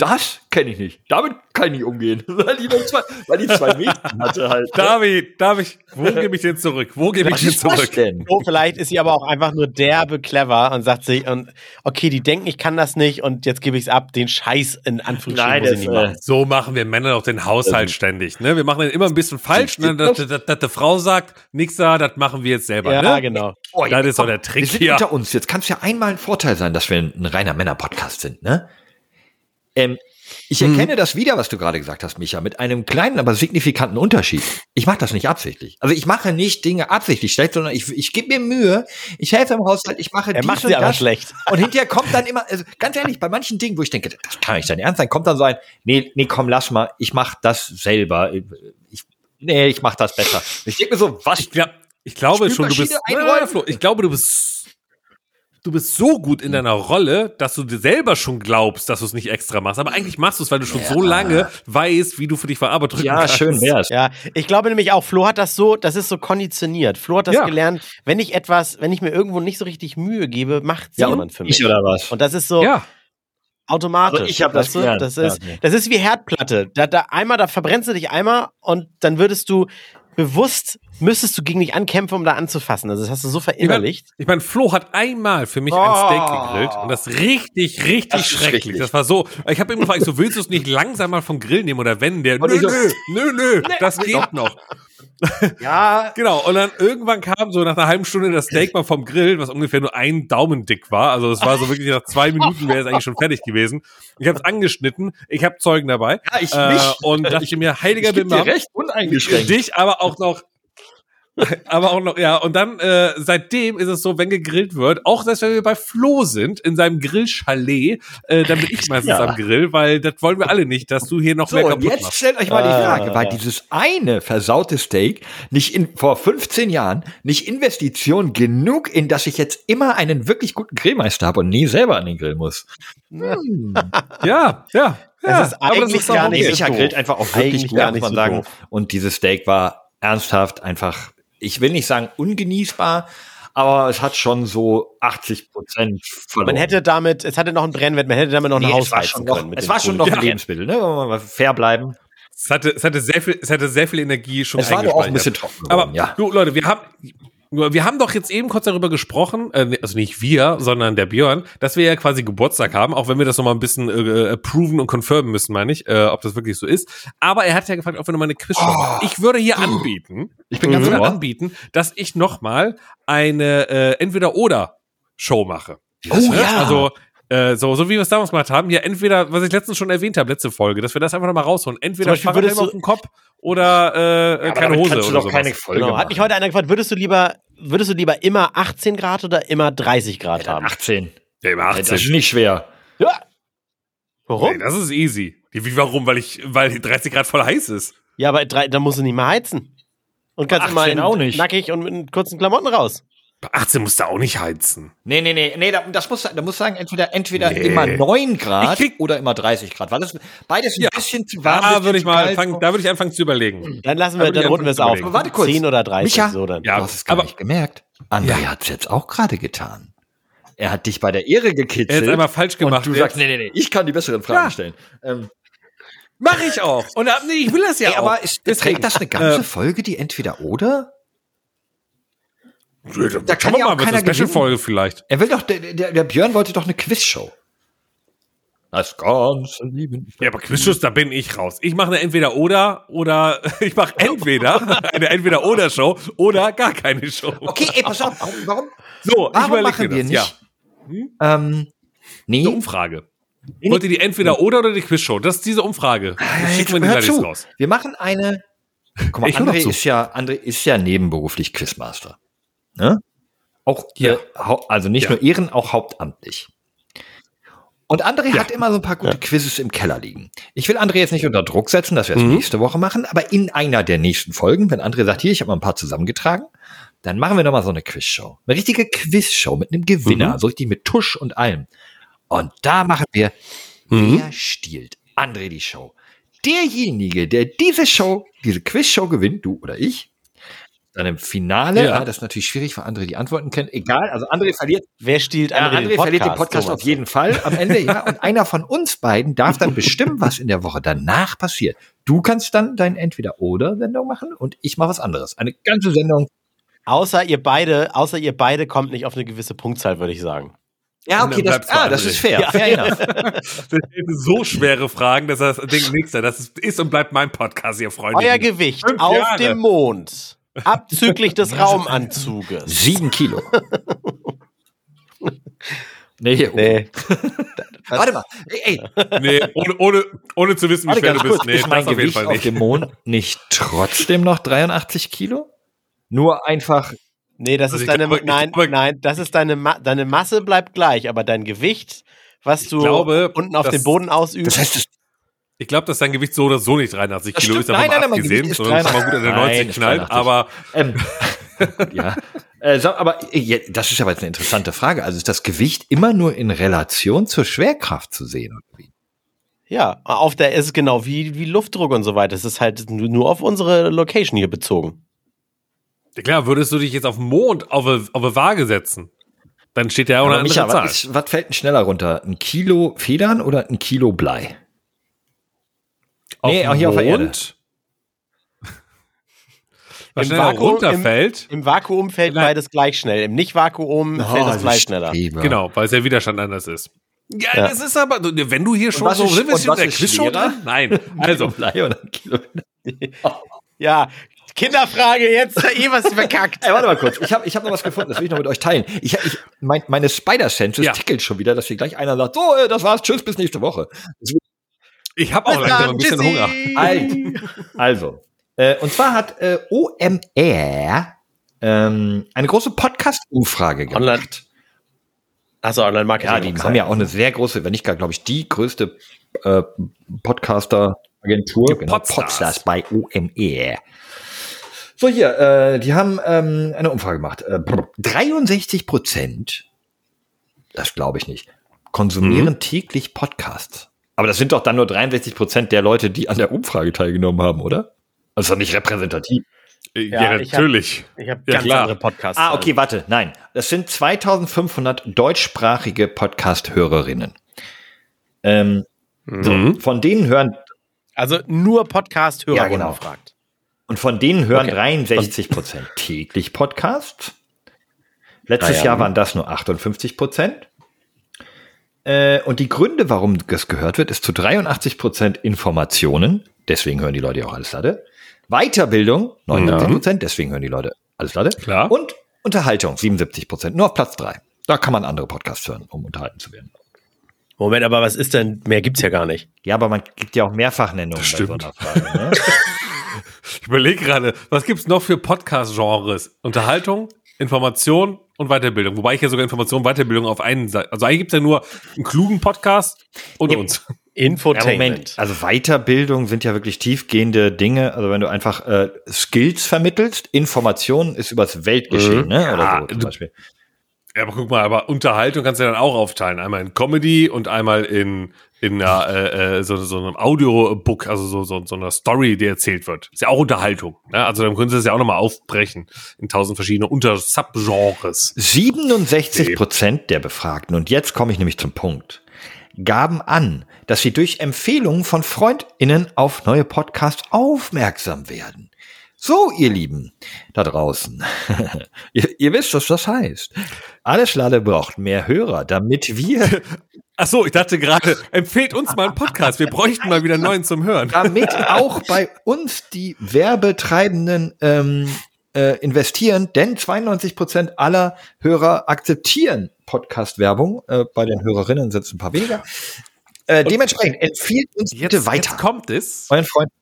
[SPEAKER 2] Das kenne ich nicht. Damit kann ich nicht umgehen. Weil die, nur zwei, weil die zwei Mädchen hatte halt. ne?
[SPEAKER 3] David, David, wo gebe ich den zurück? Wo gebe ich
[SPEAKER 2] Was
[SPEAKER 3] den
[SPEAKER 2] ist das
[SPEAKER 3] zurück?
[SPEAKER 2] denn?
[SPEAKER 1] So, vielleicht ist sie aber auch einfach nur derbe clever und sagt sich, und, okay, die denken, ich kann das nicht und jetzt gebe ich es ab, den Scheiß in Anführungsstrichen
[SPEAKER 2] Nein,
[SPEAKER 1] muss ich
[SPEAKER 2] das,
[SPEAKER 1] nicht
[SPEAKER 2] äh,
[SPEAKER 1] machen.
[SPEAKER 3] So machen wir Männer doch den
[SPEAKER 2] Ähm,
[SPEAKER 3] Haushalt ständig. Ne? Wir machen den immer ein bisschen falsch, ne? dass, dass, dass die Frau sagt, nix da, das machen wir jetzt selber.
[SPEAKER 1] Ja,
[SPEAKER 3] ne?
[SPEAKER 1] genau.
[SPEAKER 2] Oh,
[SPEAKER 3] Das ist doch der
[SPEAKER 2] Wir
[SPEAKER 3] Trick
[SPEAKER 2] sind
[SPEAKER 3] hier.
[SPEAKER 2] unter uns. Jetzt kann es ja einmal ein Vorteil sein, dass wir ein reiner Männer-Podcast sind, ne? Ähm, ich
[SPEAKER 1] Mhm.
[SPEAKER 3] Mhm.
[SPEAKER 2] erkenne das wieder, was du gerade gesagt hast, Micha, mit einem kleinen, aber signifikanten Unterschied. Ich mache das nicht absichtlich. Also ich mache nicht Dinge absichtlich schlecht, sondern ich, ich gebe mir Mühe, ich helfe im Haushalt, ich mache
[SPEAKER 1] Er
[SPEAKER 2] dies
[SPEAKER 1] macht
[SPEAKER 2] und
[SPEAKER 1] sie aber
[SPEAKER 2] das.
[SPEAKER 1] schlecht.
[SPEAKER 2] Und hinterher kommt dann immer, also ganz ehrlich, bei manchen Dingen, wo ich denke, das kann nicht dein Ernst sein, kommt dann so ein, nee, nee, komm, lass mal, ich mache das selber. Ich, nee, ich mache das besser. Ich denke mir so, was
[SPEAKER 3] Ich, glaub, ich glaube schon, du
[SPEAKER 2] Spülmaschine
[SPEAKER 3] bist. Nein,
[SPEAKER 2] einräumen.
[SPEAKER 3] nein, nein, Flo, ich glaube, du bist. Du bist so gut in deiner Rolle, dass du dir selber schon glaubst, dass du es nicht extra machst. Aber eigentlich machst du es, weil du schon so lange weißt, wie du für dich Verarbeitung drücken
[SPEAKER 2] Ja,
[SPEAKER 3] kannst.
[SPEAKER 2] schön wär's.
[SPEAKER 1] Ja, ich glaube nämlich auch, Flo hat das so, das ist so konditioniert. Flo hat das
[SPEAKER 3] Ja.
[SPEAKER 1] gelernt, wenn ich etwas, wenn ich mir irgendwo nicht so richtig Mühe gebe, macht
[SPEAKER 2] Ja,
[SPEAKER 1] jemand für mich.
[SPEAKER 2] Ich oder was?
[SPEAKER 1] Und das ist so
[SPEAKER 3] Ja,
[SPEAKER 1] automatisch.
[SPEAKER 2] Also ich hab das
[SPEAKER 1] weißt du?
[SPEAKER 2] gelernt.
[SPEAKER 1] Das
[SPEAKER 2] Ja,
[SPEAKER 1] ist,
[SPEAKER 2] nee.
[SPEAKER 1] das ist wie Herdplatte. Da, da einmal, da verbrennst du dich einmal und dann würdest du bewusst, müsstest du gegen dich ankämpfen, um da anzufassen. Also das hast du so
[SPEAKER 3] ich meine,
[SPEAKER 1] verinnerlicht.
[SPEAKER 3] ich mein, Flo hat einmal für mich ein Steak gegrillt und das richtig, richtig
[SPEAKER 2] Oh. Das ist
[SPEAKER 3] schrecklich.
[SPEAKER 2] richtig.
[SPEAKER 3] Das war so. Ich habe ihm gefragt, so willst du es nicht langsam mal vom Grill nehmen oder wenn der?
[SPEAKER 2] Und
[SPEAKER 3] Nö,
[SPEAKER 2] ich so-
[SPEAKER 3] nö, nö, nö, das geht noch.
[SPEAKER 2] Ja,
[SPEAKER 3] Genau, und dann irgendwann kam so nach einer halben Stunde das Steak mal vom Grill, was ungefähr nur ein Daumen dick war. Also es war so wirklich nach zwei Minuten wäre es eigentlich schon fertig gewesen. Ich habe es angeschnitten, ich habe Zeugen dabei. Äh,
[SPEAKER 2] Ja, ich nicht.
[SPEAKER 3] Und dachte mir, heiliger
[SPEAKER 2] ich geb
[SPEAKER 3] Bimbam,
[SPEAKER 2] dir recht,
[SPEAKER 3] für
[SPEAKER 2] uneingeschränkt.
[SPEAKER 3] dich aber auch noch. aber auch noch, ja, und dann äh, seitdem ist es so, wenn gegrillt wird, auch selbst wenn wir bei Flo sind, in seinem Grillchalet, äh, dann bin ich meistens
[SPEAKER 2] Ja.
[SPEAKER 3] am Grill, weil das wollen wir alle nicht, dass du hier noch mehr
[SPEAKER 2] So, und
[SPEAKER 3] kaputt
[SPEAKER 2] jetzt
[SPEAKER 3] machst.
[SPEAKER 2] stellt euch mal die
[SPEAKER 1] Ah.
[SPEAKER 2] Frage, weil dieses eine versaute Steak nicht in, vor 15 Jahren nicht Investition genug in, dass ich jetzt immer einen wirklich guten Grillmeister habe und nie selber an den Grill muss. Hm.
[SPEAKER 3] Ja, ja. ja.
[SPEAKER 1] ist eigentlich
[SPEAKER 3] doch
[SPEAKER 1] gar
[SPEAKER 3] okay.
[SPEAKER 1] nicht so
[SPEAKER 2] Micha
[SPEAKER 1] doof.
[SPEAKER 2] grillt einfach auch wirklich
[SPEAKER 1] Eigentlich
[SPEAKER 2] gut,
[SPEAKER 1] gar
[SPEAKER 2] muss
[SPEAKER 1] nicht
[SPEAKER 2] man
[SPEAKER 1] so
[SPEAKER 2] sagen.
[SPEAKER 1] doof.
[SPEAKER 2] Und dieses Steak war ernsthaft einfach, ich will nicht sagen ungenießbar, aber es hat schon so 80 Prozent verloren.
[SPEAKER 1] Man hätte damit, es hatte noch einen Brennwert, man hätte damit noch ein
[SPEAKER 2] Nee,
[SPEAKER 1] Haus
[SPEAKER 2] es war
[SPEAKER 1] heizen
[SPEAKER 2] schon
[SPEAKER 1] können.
[SPEAKER 2] noch,
[SPEAKER 1] mit
[SPEAKER 2] es
[SPEAKER 1] dem
[SPEAKER 2] war schon
[SPEAKER 1] Pool.
[SPEAKER 2] noch ein Lebensmittel, ne? Wollen wir mal fair bleiben.
[SPEAKER 3] Es hatte, es hatte sehr viel, es hatte sehr viel Energie schon
[SPEAKER 2] Es war doch auch ein bisschen
[SPEAKER 3] eingespeichert.
[SPEAKER 2] trocken.
[SPEAKER 3] Aber
[SPEAKER 2] geworden, ja.
[SPEAKER 3] du, Leute, wir haben, nur, wir haben doch jetzt eben kurz darüber gesprochen, äh, also nicht wir, sondern der Björn, dass wir ja quasi Geburtstag haben, auch wenn wir das nochmal ein bisschen äh, approven und confirmen müssen, meine ich, äh, ob das wirklich so ist. Aber er hat ja gefragt, ob wir nochmal eine Quizshow machen. Ich würde hier anbieten,
[SPEAKER 2] Oh. Ich bin
[SPEAKER 3] ich
[SPEAKER 2] ganz
[SPEAKER 3] würde
[SPEAKER 2] ohr.
[SPEAKER 3] anbieten, dass ich nochmal eine äh, Entweder-Oder-Show mache.
[SPEAKER 2] Oh
[SPEAKER 3] Ne? Also äh, so, so wie wir es damals gemacht haben, ja, entweder, was ich letztens schon erwähnt habe, letzte Folge, dass wir das einfach nochmal rausholen. Entweder
[SPEAKER 1] Zum Beispiel
[SPEAKER 3] Fahrradhelm
[SPEAKER 1] würdest du-
[SPEAKER 3] auf den Kopf oder äh, äh, keine Hose
[SPEAKER 2] kannst du
[SPEAKER 3] oder
[SPEAKER 2] doch
[SPEAKER 3] sowas.
[SPEAKER 2] keine Folge
[SPEAKER 1] Genau. Hat mich heute einer gefragt, würdest du lieber, würdest du lieber immer 18 Grad oder immer 30 Grad haben?
[SPEAKER 2] 18.
[SPEAKER 3] Ja, über
[SPEAKER 2] Äh, Das ist
[SPEAKER 3] 18.
[SPEAKER 2] nicht schwer.
[SPEAKER 1] Warum?
[SPEAKER 3] Nee, das ist easy. Die- Wie, warum? Weil ich, weil 30 Grad voll heiß ist.
[SPEAKER 1] Ja, aber drei, dann musst du nicht mehr heizen. Und kannst
[SPEAKER 2] 18
[SPEAKER 1] immer in,
[SPEAKER 2] auch nicht.
[SPEAKER 1] nackig und mit kurzen Klamotten raus.
[SPEAKER 3] Bei 18 musst du auch nicht heizen.
[SPEAKER 2] Nee, nee, nee, nee, da- das muss, da muss sagen, entweder, entweder
[SPEAKER 3] Nee.
[SPEAKER 2] immer 9 Grad
[SPEAKER 3] Ich krieg-
[SPEAKER 2] oder immer 30 Grad, weil das beides ein
[SPEAKER 3] Ja.
[SPEAKER 2] bisschen zu warm ein
[SPEAKER 3] Da
[SPEAKER 2] bisschen
[SPEAKER 3] würde ich
[SPEAKER 2] zu
[SPEAKER 3] mal
[SPEAKER 2] kalt.
[SPEAKER 3] anfangen, da würde ich anfangen zu überlegen.
[SPEAKER 1] Dann lassen
[SPEAKER 3] Da
[SPEAKER 1] wir,
[SPEAKER 3] würd ich
[SPEAKER 1] dann runden wir es auf.
[SPEAKER 3] anfangen zu
[SPEAKER 2] überlegen. Warte kurz.
[SPEAKER 1] 10 oder 30,
[SPEAKER 2] Micha?
[SPEAKER 1] so dann.
[SPEAKER 3] Ja,
[SPEAKER 2] du hast es gar
[SPEAKER 3] aber-
[SPEAKER 2] nicht gemerkt. André hat es jetzt auch gerade getan. Er hat dich bei der Ehre
[SPEAKER 3] Er
[SPEAKER 2] gekitzelt.
[SPEAKER 3] hat es einmal falsch gemacht.
[SPEAKER 2] und du
[SPEAKER 3] Jetzt-
[SPEAKER 2] sagst, nee, nee, nee, ich kann die besseren Fragen
[SPEAKER 3] Ja.
[SPEAKER 2] stellen. Ähm,
[SPEAKER 3] Mach ich auch. Und ab- nee, ich will das ja
[SPEAKER 2] ey,
[SPEAKER 3] auch.
[SPEAKER 2] aber ist, trägt das eine ganze
[SPEAKER 3] Äh,
[SPEAKER 2] Folge, die entweder oder?
[SPEAKER 3] da
[SPEAKER 2] kann
[SPEAKER 3] kann man
[SPEAKER 2] ja
[SPEAKER 3] mal
[SPEAKER 2] auch
[SPEAKER 3] mit
[SPEAKER 2] keiner
[SPEAKER 3] einer
[SPEAKER 2] gewinnen.
[SPEAKER 3] Special-Folge vielleicht.
[SPEAKER 2] Er will doch, der, der, der Björn wollte doch eine Quizshow. Das ganze Leben.
[SPEAKER 3] Ja, aber Quizschuss, da bin ich raus. Ich mache eine Entweder-Oder oder ich mache entweder eine Entweder-Oder-Show oder gar keine Show.
[SPEAKER 8] Okay, ey, pass auf. Warum, warum,
[SPEAKER 3] So, ich
[SPEAKER 8] warum
[SPEAKER 3] überleg
[SPEAKER 8] machen
[SPEAKER 3] mir
[SPEAKER 8] wir
[SPEAKER 3] das.
[SPEAKER 8] nicht?
[SPEAKER 3] Ja,
[SPEAKER 8] Ähm, nee,
[SPEAKER 3] eine Umfrage. Wollt ihr die Entweder-Oder oder die Quizshow? Das ist diese Umfrage.
[SPEAKER 8] Jetzt
[SPEAKER 3] Schicken wir die
[SPEAKER 8] hör
[SPEAKER 3] Ladies
[SPEAKER 8] zu.
[SPEAKER 3] raus.
[SPEAKER 8] Wir machen eine.
[SPEAKER 2] Guck mal,
[SPEAKER 3] Ich hör doch
[SPEAKER 2] André
[SPEAKER 3] zu.
[SPEAKER 2] ist, ja, André ist ja nebenberuflich Quizmaster. Ne? Auch,
[SPEAKER 3] Ja.
[SPEAKER 2] äh, hau- also nicht
[SPEAKER 3] Ja.
[SPEAKER 2] nur Ehren, auch hauptamtlich. Und André hat immer so ein paar gute Quizzes im Keller liegen. Ich will André jetzt nicht unter Druck setzen, dass wir
[SPEAKER 3] Hm.
[SPEAKER 2] es
[SPEAKER 3] Mhm.
[SPEAKER 2] nächste Woche machen, aber in einer der nächsten Folgen, wenn André sagt, hier, ich habe mal ein paar zusammengetragen, dann machen wir nochmal so eine Quizshow. Eine richtige Quizshow mit einem Gewinner,
[SPEAKER 3] Mhm.
[SPEAKER 2] so richtig mit Tusch und allem. Und da machen wir,
[SPEAKER 3] Hm?
[SPEAKER 2] wer stiehlt André die Show? Derjenige, der diese Show, diese Quizshow gewinnt, du oder ich, dann im Finale,
[SPEAKER 3] Ja.
[SPEAKER 2] ah, das ist natürlich schwierig, weil André die Antworten kennt, egal, also André verliert
[SPEAKER 1] Wer stiehlt
[SPEAKER 2] ja,
[SPEAKER 1] André,
[SPEAKER 2] Äh, André
[SPEAKER 1] den Podcast?
[SPEAKER 2] verliert den Podcast auf
[SPEAKER 1] Sowas.
[SPEAKER 2] jeden Fall am Ende, ja. Und einer von uns beiden darf dann bestimmen, was in der Woche danach passiert. Du kannst dann dein Entweder-Oder-Sendung machen und ich mache was anderes. Eine ganze Sendung.
[SPEAKER 1] Außer ihr beide, außer ihr beide kommt nicht auf eine gewisse Punktzahl, würde ich sagen.
[SPEAKER 8] Ja,
[SPEAKER 3] Und
[SPEAKER 8] okay,
[SPEAKER 3] dann bleibt's
[SPEAKER 8] das,
[SPEAKER 3] bei
[SPEAKER 8] ah, das
[SPEAKER 3] André.
[SPEAKER 8] ist fair. Fair enough.
[SPEAKER 3] Das sind so schwere Fragen, dass er das denkt, nächster, das ist- ist und bleibt mein Podcast, ihr Freunde.
[SPEAKER 1] Euer Gewicht
[SPEAKER 3] Fünf
[SPEAKER 1] auf
[SPEAKER 3] Jahre.
[SPEAKER 1] dem Mond. Abzüglich des Raumanzuges.
[SPEAKER 2] Sieben Kilo. nee, oh,
[SPEAKER 1] Nee.
[SPEAKER 8] Warte mal. Ey, ey,
[SPEAKER 3] nee, ohne, ohne, ohne zu wissen, wie
[SPEAKER 2] Warte
[SPEAKER 3] schwer
[SPEAKER 2] ganz
[SPEAKER 3] du
[SPEAKER 2] kurz,
[SPEAKER 3] bist. Nee,
[SPEAKER 2] ist mein
[SPEAKER 3] das auf jeden
[SPEAKER 2] Gewicht
[SPEAKER 3] Fall
[SPEAKER 2] auf,
[SPEAKER 3] nicht.
[SPEAKER 2] dem Mond nicht trotzdem noch 83 Kilo? Nur einfach,
[SPEAKER 1] Nee, das
[SPEAKER 3] Also
[SPEAKER 1] ist
[SPEAKER 3] ich
[SPEAKER 1] deine,
[SPEAKER 3] glaube, ich
[SPEAKER 1] nein,
[SPEAKER 3] glaube-
[SPEAKER 1] nein, das ist deine, Ma deine Masse bleibt gleich, aber dein Gewicht, was du
[SPEAKER 3] glaube,
[SPEAKER 1] unten auf
[SPEAKER 3] das-
[SPEAKER 1] dem Boden ausübst,
[SPEAKER 2] das heißt, das
[SPEAKER 3] Ich glaube, dass dein Gewicht so oder so nicht 83
[SPEAKER 2] Das stimmt.
[SPEAKER 3] Kilo ist, davon
[SPEAKER 2] Nein, nein,
[SPEAKER 3] mal
[SPEAKER 2] nein, mein
[SPEAKER 3] abgesehen,
[SPEAKER 2] Gewicht ist
[SPEAKER 3] sondern kann man gut an der
[SPEAKER 2] 83.
[SPEAKER 3] 90 knallen,
[SPEAKER 2] Nein, ist
[SPEAKER 3] aber
[SPEAKER 2] Ähm, ja. Äh, sag, aber äh, ja, das ist aber jetzt eine interessante Frage. Also ist das Gewicht immer nur in Relation zur Schwerkraft zu sehen? oder wie?
[SPEAKER 1] ja, auf der ist es genau wie, wie Luftdruck und so weiter. Es ist halt nu- nur auf unsere Location hier bezogen.
[SPEAKER 3] klar, würdest du dich jetzt auf den Mond auf eine, auf eine Waage setzen, dann steht ja auch eine
[SPEAKER 2] Aber Micha,
[SPEAKER 3] andere Zahl.
[SPEAKER 2] was, ist, was fällt denn schneller runter? Ein Kilo Federn oder ein Kilo Blei? Nee, auch hier auf der Erde.
[SPEAKER 3] Was
[SPEAKER 1] Im
[SPEAKER 3] schneller
[SPEAKER 1] Vakuum,
[SPEAKER 3] runterfällt,
[SPEAKER 1] Im Vakuum fällt
[SPEAKER 3] Nein.
[SPEAKER 1] beides gleich schnell. Im
[SPEAKER 2] Oh,
[SPEAKER 1] Nicht-Vakuum fällt das Blei schneller.
[SPEAKER 2] Genau.
[SPEAKER 3] genau, weil es der Widerstand anders ist. Ja,
[SPEAKER 1] Ja.
[SPEAKER 3] das ist aber, wenn du hier schon
[SPEAKER 2] was
[SPEAKER 3] so,
[SPEAKER 2] ist-
[SPEAKER 3] sind wir
[SPEAKER 2] und
[SPEAKER 3] schon in
[SPEAKER 2] was
[SPEAKER 3] der
[SPEAKER 2] ist
[SPEAKER 3] Quizshow
[SPEAKER 2] schwerer?
[SPEAKER 3] drin? Nein, also,
[SPEAKER 2] Blei oder ein Kilo.
[SPEAKER 1] Ja, Kinderfrage jetzt,
[SPEAKER 3] Oh,
[SPEAKER 1] eh was verkackt.
[SPEAKER 2] Ey, warte mal kurz. Ich habe ich hab noch was gefunden, das will ich noch mit euch teilen. Ich, ich, mein, meine Spider-Senses
[SPEAKER 3] Ja.
[SPEAKER 2] tickelt schon wieder, dass hier gleich einer sagt, so, äh, das war's, tschüss, bis nächste Woche.
[SPEAKER 3] ich habe auch langsam ein bisschen Hunger.
[SPEAKER 2] Alt. Also, äh, und zwar hat äh, OMR ähm, eine große Podcast-Umfrage gemacht.
[SPEAKER 1] Online. Achso, Online-Marketing.
[SPEAKER 2] Ja, Oh, die haben ja auch eine sehr große, wenn nicht gar, glaube ich, die größte äh, Podcaster-Agentur. Genau,
[SPEAKER 3] Podstars.
[SPEAKER 2] Podstars bei OMR. So, hier, äh, die haben ähm, eine Umfrage gemacht. Äh, brr, 63 Prozent, das glaube ich nicht, konsumieren täglich Podcasts. Mhm. Aber das sind doch dann nur 63 Prozent der Leute, die an der Umfrage teilgenommen haben, oder? Das ist doch nicht repräsentativ.
[SPEAKER 3] Ja,
[SPEAKER 1] Ja, ich hab-
[SPEAKER 3] natürlich.
[SPEAKER 1] Ich habe
[SPEAKER 3] Ja,
[SPEAKER 1] ganz
[SPEAKER 3] klar.
[SPEAKER 1] andere Podcasts.
[SPEAKER 2] Ah, okay, warte, nein. Das sind 2500 deutschsprachige Podcast-Hörerinnen. Ähm, so, von denen hören,
[SPEAKER 1] Also nur Podcast-Hörer
[SPEAKER 2] Ja,
[SPEAKER 1] wurden
[SPEAKER 2] genau.
[SPEAKER 1] gefragt.
[SPEAKER 2] und von denen hören
[SPEAKER 1] Okay.
[SPEAKER 2] 63 Prozent täglich Podcast. Letztes
[SPEAKER 1] Ah, ja.
[SPEAKER 2] Jahr waren das nur 58 Prozent. Äh, und die Gründe, warum das gehört wird, ist zu 83 Prozent Informationen. Deswegen hören die Leute ja auch alles Lade. Weiterbildung, 79 Prozent. Deswegen hören die Leute alles Lade.
[SPEAKER 3] Klar.
[SPEAKER 2] Und Unterhaltung, 77 Prozent. Nur auf Platz drei. Da kann man andere Podcasts hören, um unterhalten zu werden.
[SPEAKER 1] Moment, aber was ist denn? Mehr gibt's ja gar nicht.
[SPEAKER 2] Ja, aber man gibt ja auch Mehrfachnennungen
[SPEAKER 3] Das stimmt.
[SPEAKER 2] so einer Frage. Ne?
[SPEAKER 3] Ich überlege gerade, was gibt's noch für Podcast-Genres? Unterhaltung, Information und Weiterbildung. Wobei ich ja sogar Information und Weiterbildung auf einen Seite. Also eigentlich gibt's ja nur einen klugen Podcast und uns.
[SPEAKER 2] Ja, Moment,
[SPEAKER 1] Infotainment.
[SPEAKER 2] also Weiterbildung sind ja wirklich tiefgehende Dinge. Also wenn du einfach äh, Skills vermittelst, Informationen ist übers Weltgeschehen, ne? Oder
[SPEAKER 3] Ja,
[SPEAKER 2] so zum
[SPEAKER 3] du-
[SPEAKER 2] Beispiel.
[SPEAKER 3] Ja, aber guck mal, aber Unterhaltung kannst du ja dann auch aufteilen. Einmal in Comedy und einmal in, in einer, äh, äh, so, so einem Audiobook, also so, so, so einer Story, die erzählt wird. Ist ja auch Unterhaltung. Ne? Also dann können sie es ja auch nochmal aufbrechen in tausend verschiedene Unter-Subgenres.
[SPEAKER 2] 67 Prozent der Befragten, und jetzt komme ich nämlich zum Punkt, gaben an, dass sie durch Empfehlungen von FreundInnen auf neue Podcasts aufmerksam werden. So, ihr Lieben, da draußen. ihr, ihr wisst, was das heißt. Alles Lade braucht mehr Hörer, damit wir
[SPEAKER 3] Ach so, ich dachte gerade, empfehlt uns mal einen Podcast. Wir bräuchten mal wieder einen neuen zum Hören.
[SPEAKER 2] damit auch bei uns die Werbetreibenden ähm, äh, investieren, denn 92 Prozent aller Hörer akzeptieren Podcast-Werbung. Äh, bei den Hörerinnen sind es ein paar weniger. Äh, dementsprechend empfiehlt uns bitte weiter.
[SPEAKER 3] jetzt kommt es.
[SPEAKER 2] Euren Freunden.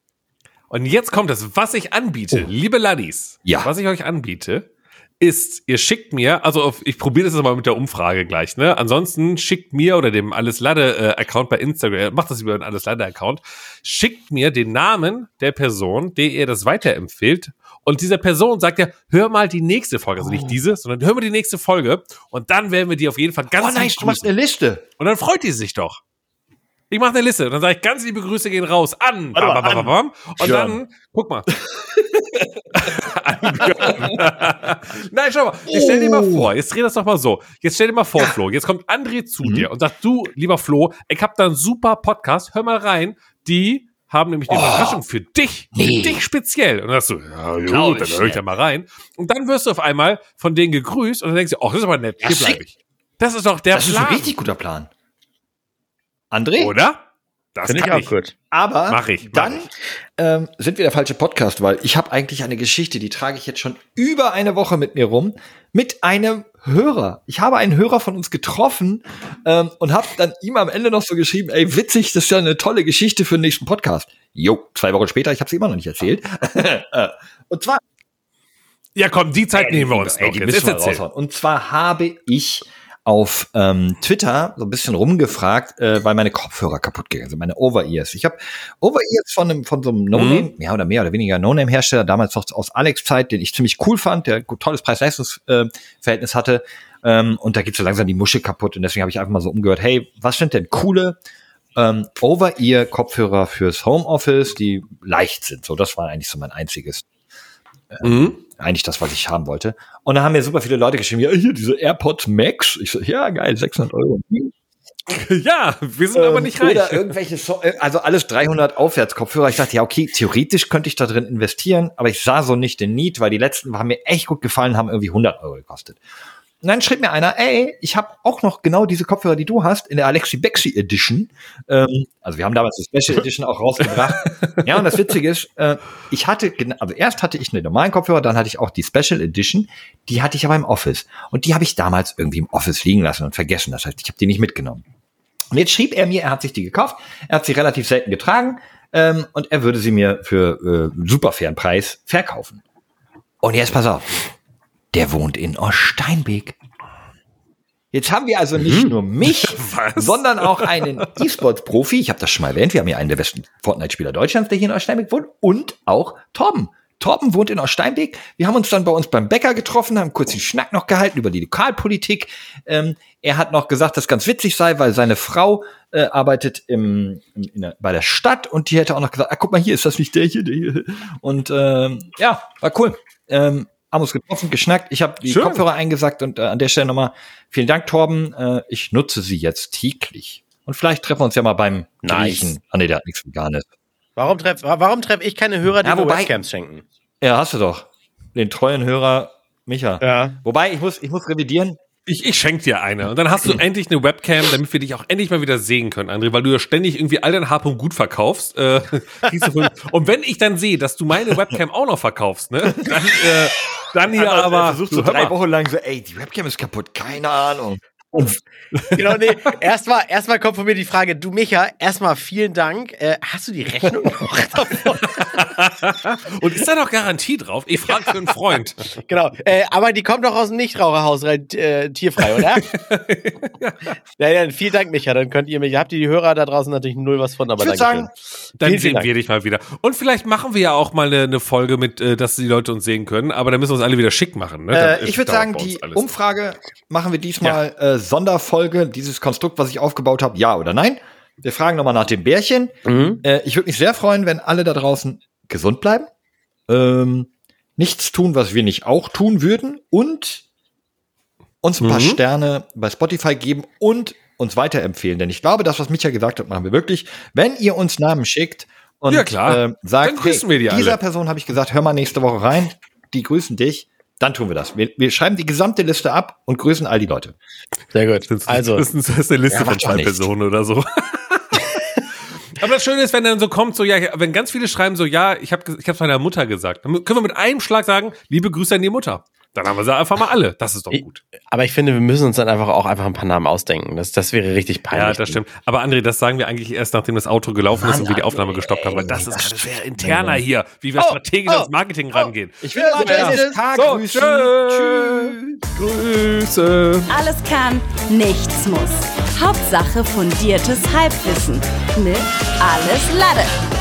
[SPEAKER 3] Und jetzt kommt es, was ich anbiete, liebe Laddies.
[SPEAKER 2] Oh. Ja.
[SPEAKER 3] Was ich euch anbiete, ist, ihr schickt mir, also auf, ich probiere das jetzt mal mit der Umfrage gleich, ne? Ansonsten schickt mir oder dem Alles Lade äh, Account bei Instagram, macht das über den Alles Lade Account, schickt mir den Namen der Person, der ihr das weiterempfehlt. Und dieser Person sagt ja, hör mal die nächste Folge, also
[SPEAKER 2] Oh.
[SPEAKER 3] nicht diese, sondern hör mal die nächste Folge und dann werden wir die auf jeden Fall ganz
[SPEAKER 2] Oh nein,
[SPEAKER 3] lieb
[SPEAKER 2] du machst
[SPEAKER 3] grüßen.
[SPEAKER 2] eine Liste.
[SPEAKER 3] Und dann freut die sich doch. Ich mache eine Liste. Und dann sage ich, ganz liebe Grüße gehen raus an.
[SPEAKER 1] Warte mal,
[SPEAKER 3] bam, bam, bam, bam. Und
[SPEAKER 9] Björn.
[SPEAKER 3] dann, guck mal. an Björn. Nein, schau mal. Jetzt stell dir mal
[SPEAKER 2] Oh.
[SPEAKER 3] vor, jetzt dreh das doch mal so. Jetzt stell dir mal vor, Flo. Jetzt kommt André zu
[SPEAKER 2] Mhm.
[SPEAKER 3] dir und sagt, du, lieber Flo, ich hab da einen super Podcast. Hör mal rein. Die haben nämlich eine Überraschung für dich.
[SPEAKER 2] Oh. Nee.
[SPEAKER 3] Für dich speziell. Und dann sagst du, ja, gut, dann
[SPEAKER 2] Glaub ich
[SPEAKER 3] höre ich
[SPEAKER 2] nicht.
[SPEAKER 3] da mal rein. Und dann wirst du auf einmal von denen gegrüßt und dann denkst du, ach, das ist aber nett. Hier
[SPEAKER 2] schick.
[SPEAKER 3] bleibe ich. Das ist doch der
[SPEAKER 2] Das ist ein
[SPEAKER 3] Plan.
[SPEAKER 2] richtig guter Plan. André?
[SPEAKER 3] Oder? Das
[SPEAKER 1] Finde ich auch gut.
[SPEAKER 2] Aber
[SPEAKER 3] Mach ich, mach
[SPEAKER 2] dann
[SPEAKER 3] ich.
[SPEAKER 2] Ähm, sind wir der falsche Podcast, weil ich habe eigentlich eine Geschichte, die trage ich jetzt schon über eine Woche mit mir rum, mit einem Hörer. Ich habe einen Hörer von uns getroffen ähm, und habe dann ihm am Ende noch so geschrieben, ey, witzig, das ist ja eine tolle Geschichte für den nächsten Podcast. Jo, zwei Wochen später, ich habe sie immer noch nicht erzählt. Äh, und zwar
[SPEAKER 3] Ja, komm, die Zeit nehmen wir uns
[SPEAKER 2] Ey,
[SPEAKER 3] noch.
[SPEAKER 2] die
[SPEAKER 3] Jetzt
[SPEAKER 2] müssen wir
[SPEAKER 3] erzähl.
[SPEAKER 2] raushauen. Und zwar habe ich auf ähm, Twitter so ein bisschen rumgefragt, äh, weil meine Kopfhörer kaputt gegangen sind, meine Over-Ears. Ich habe Over-Ears von, einem, von so
[SPEAKER 3] Mhm.
[SPEAKER 2] einem No-Name, ja oder mehr oder weniger No-Name-Hersteller, damals noch aus Alex-Zeit, den ich ziemlich cool fand, der gut- tolles Preis-Leistungs-Verhältnis hatte. Ähm, und da geht so langsam die Musche kaputt und deswegen habe ich einfach mal so umgehört, hey, was sind denn coole ähm, Over-Ear-Kopfhörer fürs Homeoffice, die leicht sind? So, das war eigentlich so mein einziges
[SPEAKER 3] Mhm.
[SPEAKER 2] eigentlich das, was ich haben wollte. Und da haben mir super viele Leute geschrieben, ja, hier diese AirPods Max. Ich so, ja, geil, 600 Euro. Hm.
[SPEAKER 3] Ja, wir sind aber
[SPEAKER 2] Ähm,
[SPEAKER 3] nicht reich.
[SPEAKER 2] Oder irgendwelche, so äh, also alles 300 Aufwärtskopfhörer. Ich dachte, ja, okay, theoretisch könnte ich da drin investieren, aber ich sah so nicht den Need, weil die letzten haben mir echt gut gefallen, haben irgendwie 100 Euro gekostet. Und dann schrieb mir einer, ey, ich habe auch noch genau diese Kopfhörer, die du hast, in der Alexi Bexi Edition. Ähm, also wir haben damals die Special Edition auch rausgebracht. ja, und das Witzige ist, äh, ich hatte, gena- also erst hatte ich eine normalen Kopfhörer, dann hatte ich auch die Special Edition. Die hatte ich aber im Office. Und die habe ich damals irgendwie im Office liegen lassen und vergessen. Das heißt, ich habe die nicht mitgenommen. Und jetzt schrieb er mir, er hat sich die gekauft, er hat sie relativ selten getragen ähm, und er würde sie mir für äh, super fairen Preis verkaufen. Und jetzt pass auf, der wohnt in Oststeinbeek. Jetzt haben wir also nicht nur mich, sondern auch einen E-Sports-Profi. Ich habe das schon mal erwähnt. Wir haben hier einen der besten Fortnite-Spieler Deutschlands, der hier in Oststeinbeek wohnt. Und auch Torben. Torben wohnt in Oststeinbeek. Wir haben uns dann bei uns beim Bäcker getroffen, haben kurz den Schnack noch gehalten über die Lokalpolitik. Ähm, er hat noch gesagt, dass ganz witzig sei, weil seine Frau äh, arbeitet im, im, in der, bei der Stadt und die hätte auch noch gesagt, ah, guck mal hier, ist das nicht der hier? Der hier? Und ähm, ja, war cool. Ähm, haben uns getroffen, geschnackt. Ich habe die
[SPEAKER 3] Schön.
[SPEAKER 2] Kopfhörer eingesackt und äh, an der Stelle nochmal vielen Dank, Torben. Äh, ich nutze sie jetzt täglich. Und vielleicht treffen wir uns ja mal beim
[SPEAKER 1] Nice.
[SPEAKER 2] Griechen. Ah, nee, der hat nichts Veganes.
[SPEAKER 1] Warum treffe warum treff ich keine Hörer, die
[SPEAKER 2] Ja,
[SPEAKER 1] mir
[SPEAKER 2] wobei-
[SPEAKER 1] Webcams schenken?
[SPEAKER 2] Ja, hast du doch. Den treuen Hörer Micha.
[SPEAKER 1] Ja.
[SPEAKER 2] Wobei, ich muss, ich muss revidieren.
[SPEAKER 3] Ich, ich schenk dir eine. Und dann hast du endlich eine Webcam, damit wir dich auch endlich mal wieder sehen können, André, weil du ja ständig irgendwie all dein Harpum gut verkaufst. Äh, kriegst du von- und wenn ich dann sehe, dass du meine Webcam auch noch verkaufst, ne, dann, äh, dann hier
[SPEAKER 2] Also, er
[SPEAKER 3] aber.
[SPEAKER 2] versucht
[SPEAKER 3] du,
[SPEAKER 2] so
[SPEAKER 3] hör
[SPEAKER 2] drei
[SPEAKER 3] mal.
[SPEAKER 2] Wochen lang so, ey, die Webcam ist kaputt, keine Ahnung.
[SPEAKER 1] Genau, nee. Erstmal erst mal kommt von mir die Frage, du Micha, erstmal vielen Dank. Äh, hast du die Rechnung noch?
[SPEAKER 3] Und ist da noch Garantie drauf? Ich frage für einen Freund.
[SPEAKER 1] genau. Äh, aber die kommt doch aus dem Nichtraucherhaus rein, äh, tierfrei, oder? ja, ja, vielen Dank, Micha. Dann könnt ihr mich, habt ihr die Hörer da draußen natürlich null was von, aber
[SPEAKER 2] Ich würd
[SPEAKER 1] danke
[SPEAKER 2] sagen,
[SPEAKER 3] Dann
[SPEAKER 1] Vielen, vielen
[SPEAKER 3] sehen
[SPEAKER 1] Dank.
[SPEAKER 3] wir dich mal wieder. Und vielleicht machen wir ja auch mal eine, eine Folge mit, äh, dass die Leute uns sehen können. Aber da müssen wir uns alle wieder schick machen. Ne?
[SPEAKER 2] Äh,
[SPEAKER 3] Dann, äh,
[SPEAKER 2] ich würde
[SPEAKER 3] dauert
[SPEAKER 2] sagen,
[SPEAKER 3] bei uns
[SPEAKER 2] die
[SPEAKER 3] alles.
[SPEAKER 2] Umfrage machen wir diesmal äh, Sonderfolge, dieses Konstrukt, was ich aufgebaut habe, ja oder nein. Wir fragen nochmal nach dem Bärchen.
[SPEAKER 1] Mhm.
[SPEAKER 2] Äh, ich würde mich sehr freuen, wenn alle da draußen gesund bleiben, ähm, nichts tun, was wir nicht auch tun würden und uns ein paar
[SPEAKER 3] Mhm.
[SPEAKER 2] Sterne bei Spotify geben und uns weiterempfehlen. Denn ich glaube, das, was Micha gesagt hat, machen wir wirklich. Wenn ihr uns Namen schickt und
[SPEAKER 3] Ja, klar.
[SPEAKER 2] ähm, sagt,
[SPEAKER 3] Dann grüßen wir die
[SPEAKER 2] dieser
[SPEAKER 3] alle."
[SPEAKER 2] Person habe ich gesagt, hör mal nächste Woche rein, die grüßen dich, Dann tun wir das. Wir, wir schreiben die gesamte Liste ab und grüßen all die Leute.
[SPEAKER 1] Sehr gut. Also,
[SPEAKER 3] das ist das ist eine Liste
[SPEAKER 2] Ja,
[SPEAKER 3] von
[SPEAKER 2] macht doch
[SPEAKER 3] zwei
[SPEAKER 2] nichts.
[SPEAKER 3] Personen oder so. Aber das Schöne ist, wenn dann so kommt, so ja, wenn ganz viele schreiben so, ja, ich habe ich hab's meiner Mutter gesagt, dann können wir mit einem Schlag sagen, liebe Grüße an die Mutter. Dann haben wir sie einfach mal alle. Das ist doch
[SPEAKER 1] Ich-
[SPEAKER 3] gut.
[SPEAKER 1] aber ich finde, wir müssen uns dann einfach auch einfach ein paar Namen ausdenken. Das, das wäre richtig peinlich.
[SPEAKER 3] Ja, das stimmt. Aber André, das sagen wir eigentlich erst, nachdem das Auto gelaufen ist und wir die Aufnahme gestoppt haben. Weil das ist Oh, alles sehr interner hier, wie wir strategisch ans Marketing rangehen.
[SPEAKER 8] Ich will also
[SPEAKER 1] Dennis.
[SPEAKER 8] K
[SPEAKER 3] So,
[SPEAKER 8] grüßen.
[SPEAKER 3] tschüss. Grüße.
[SPEAKER 4] Alles kann, nichts muss. Hauptsache fundiertes Halbwissen mit Alles Lade.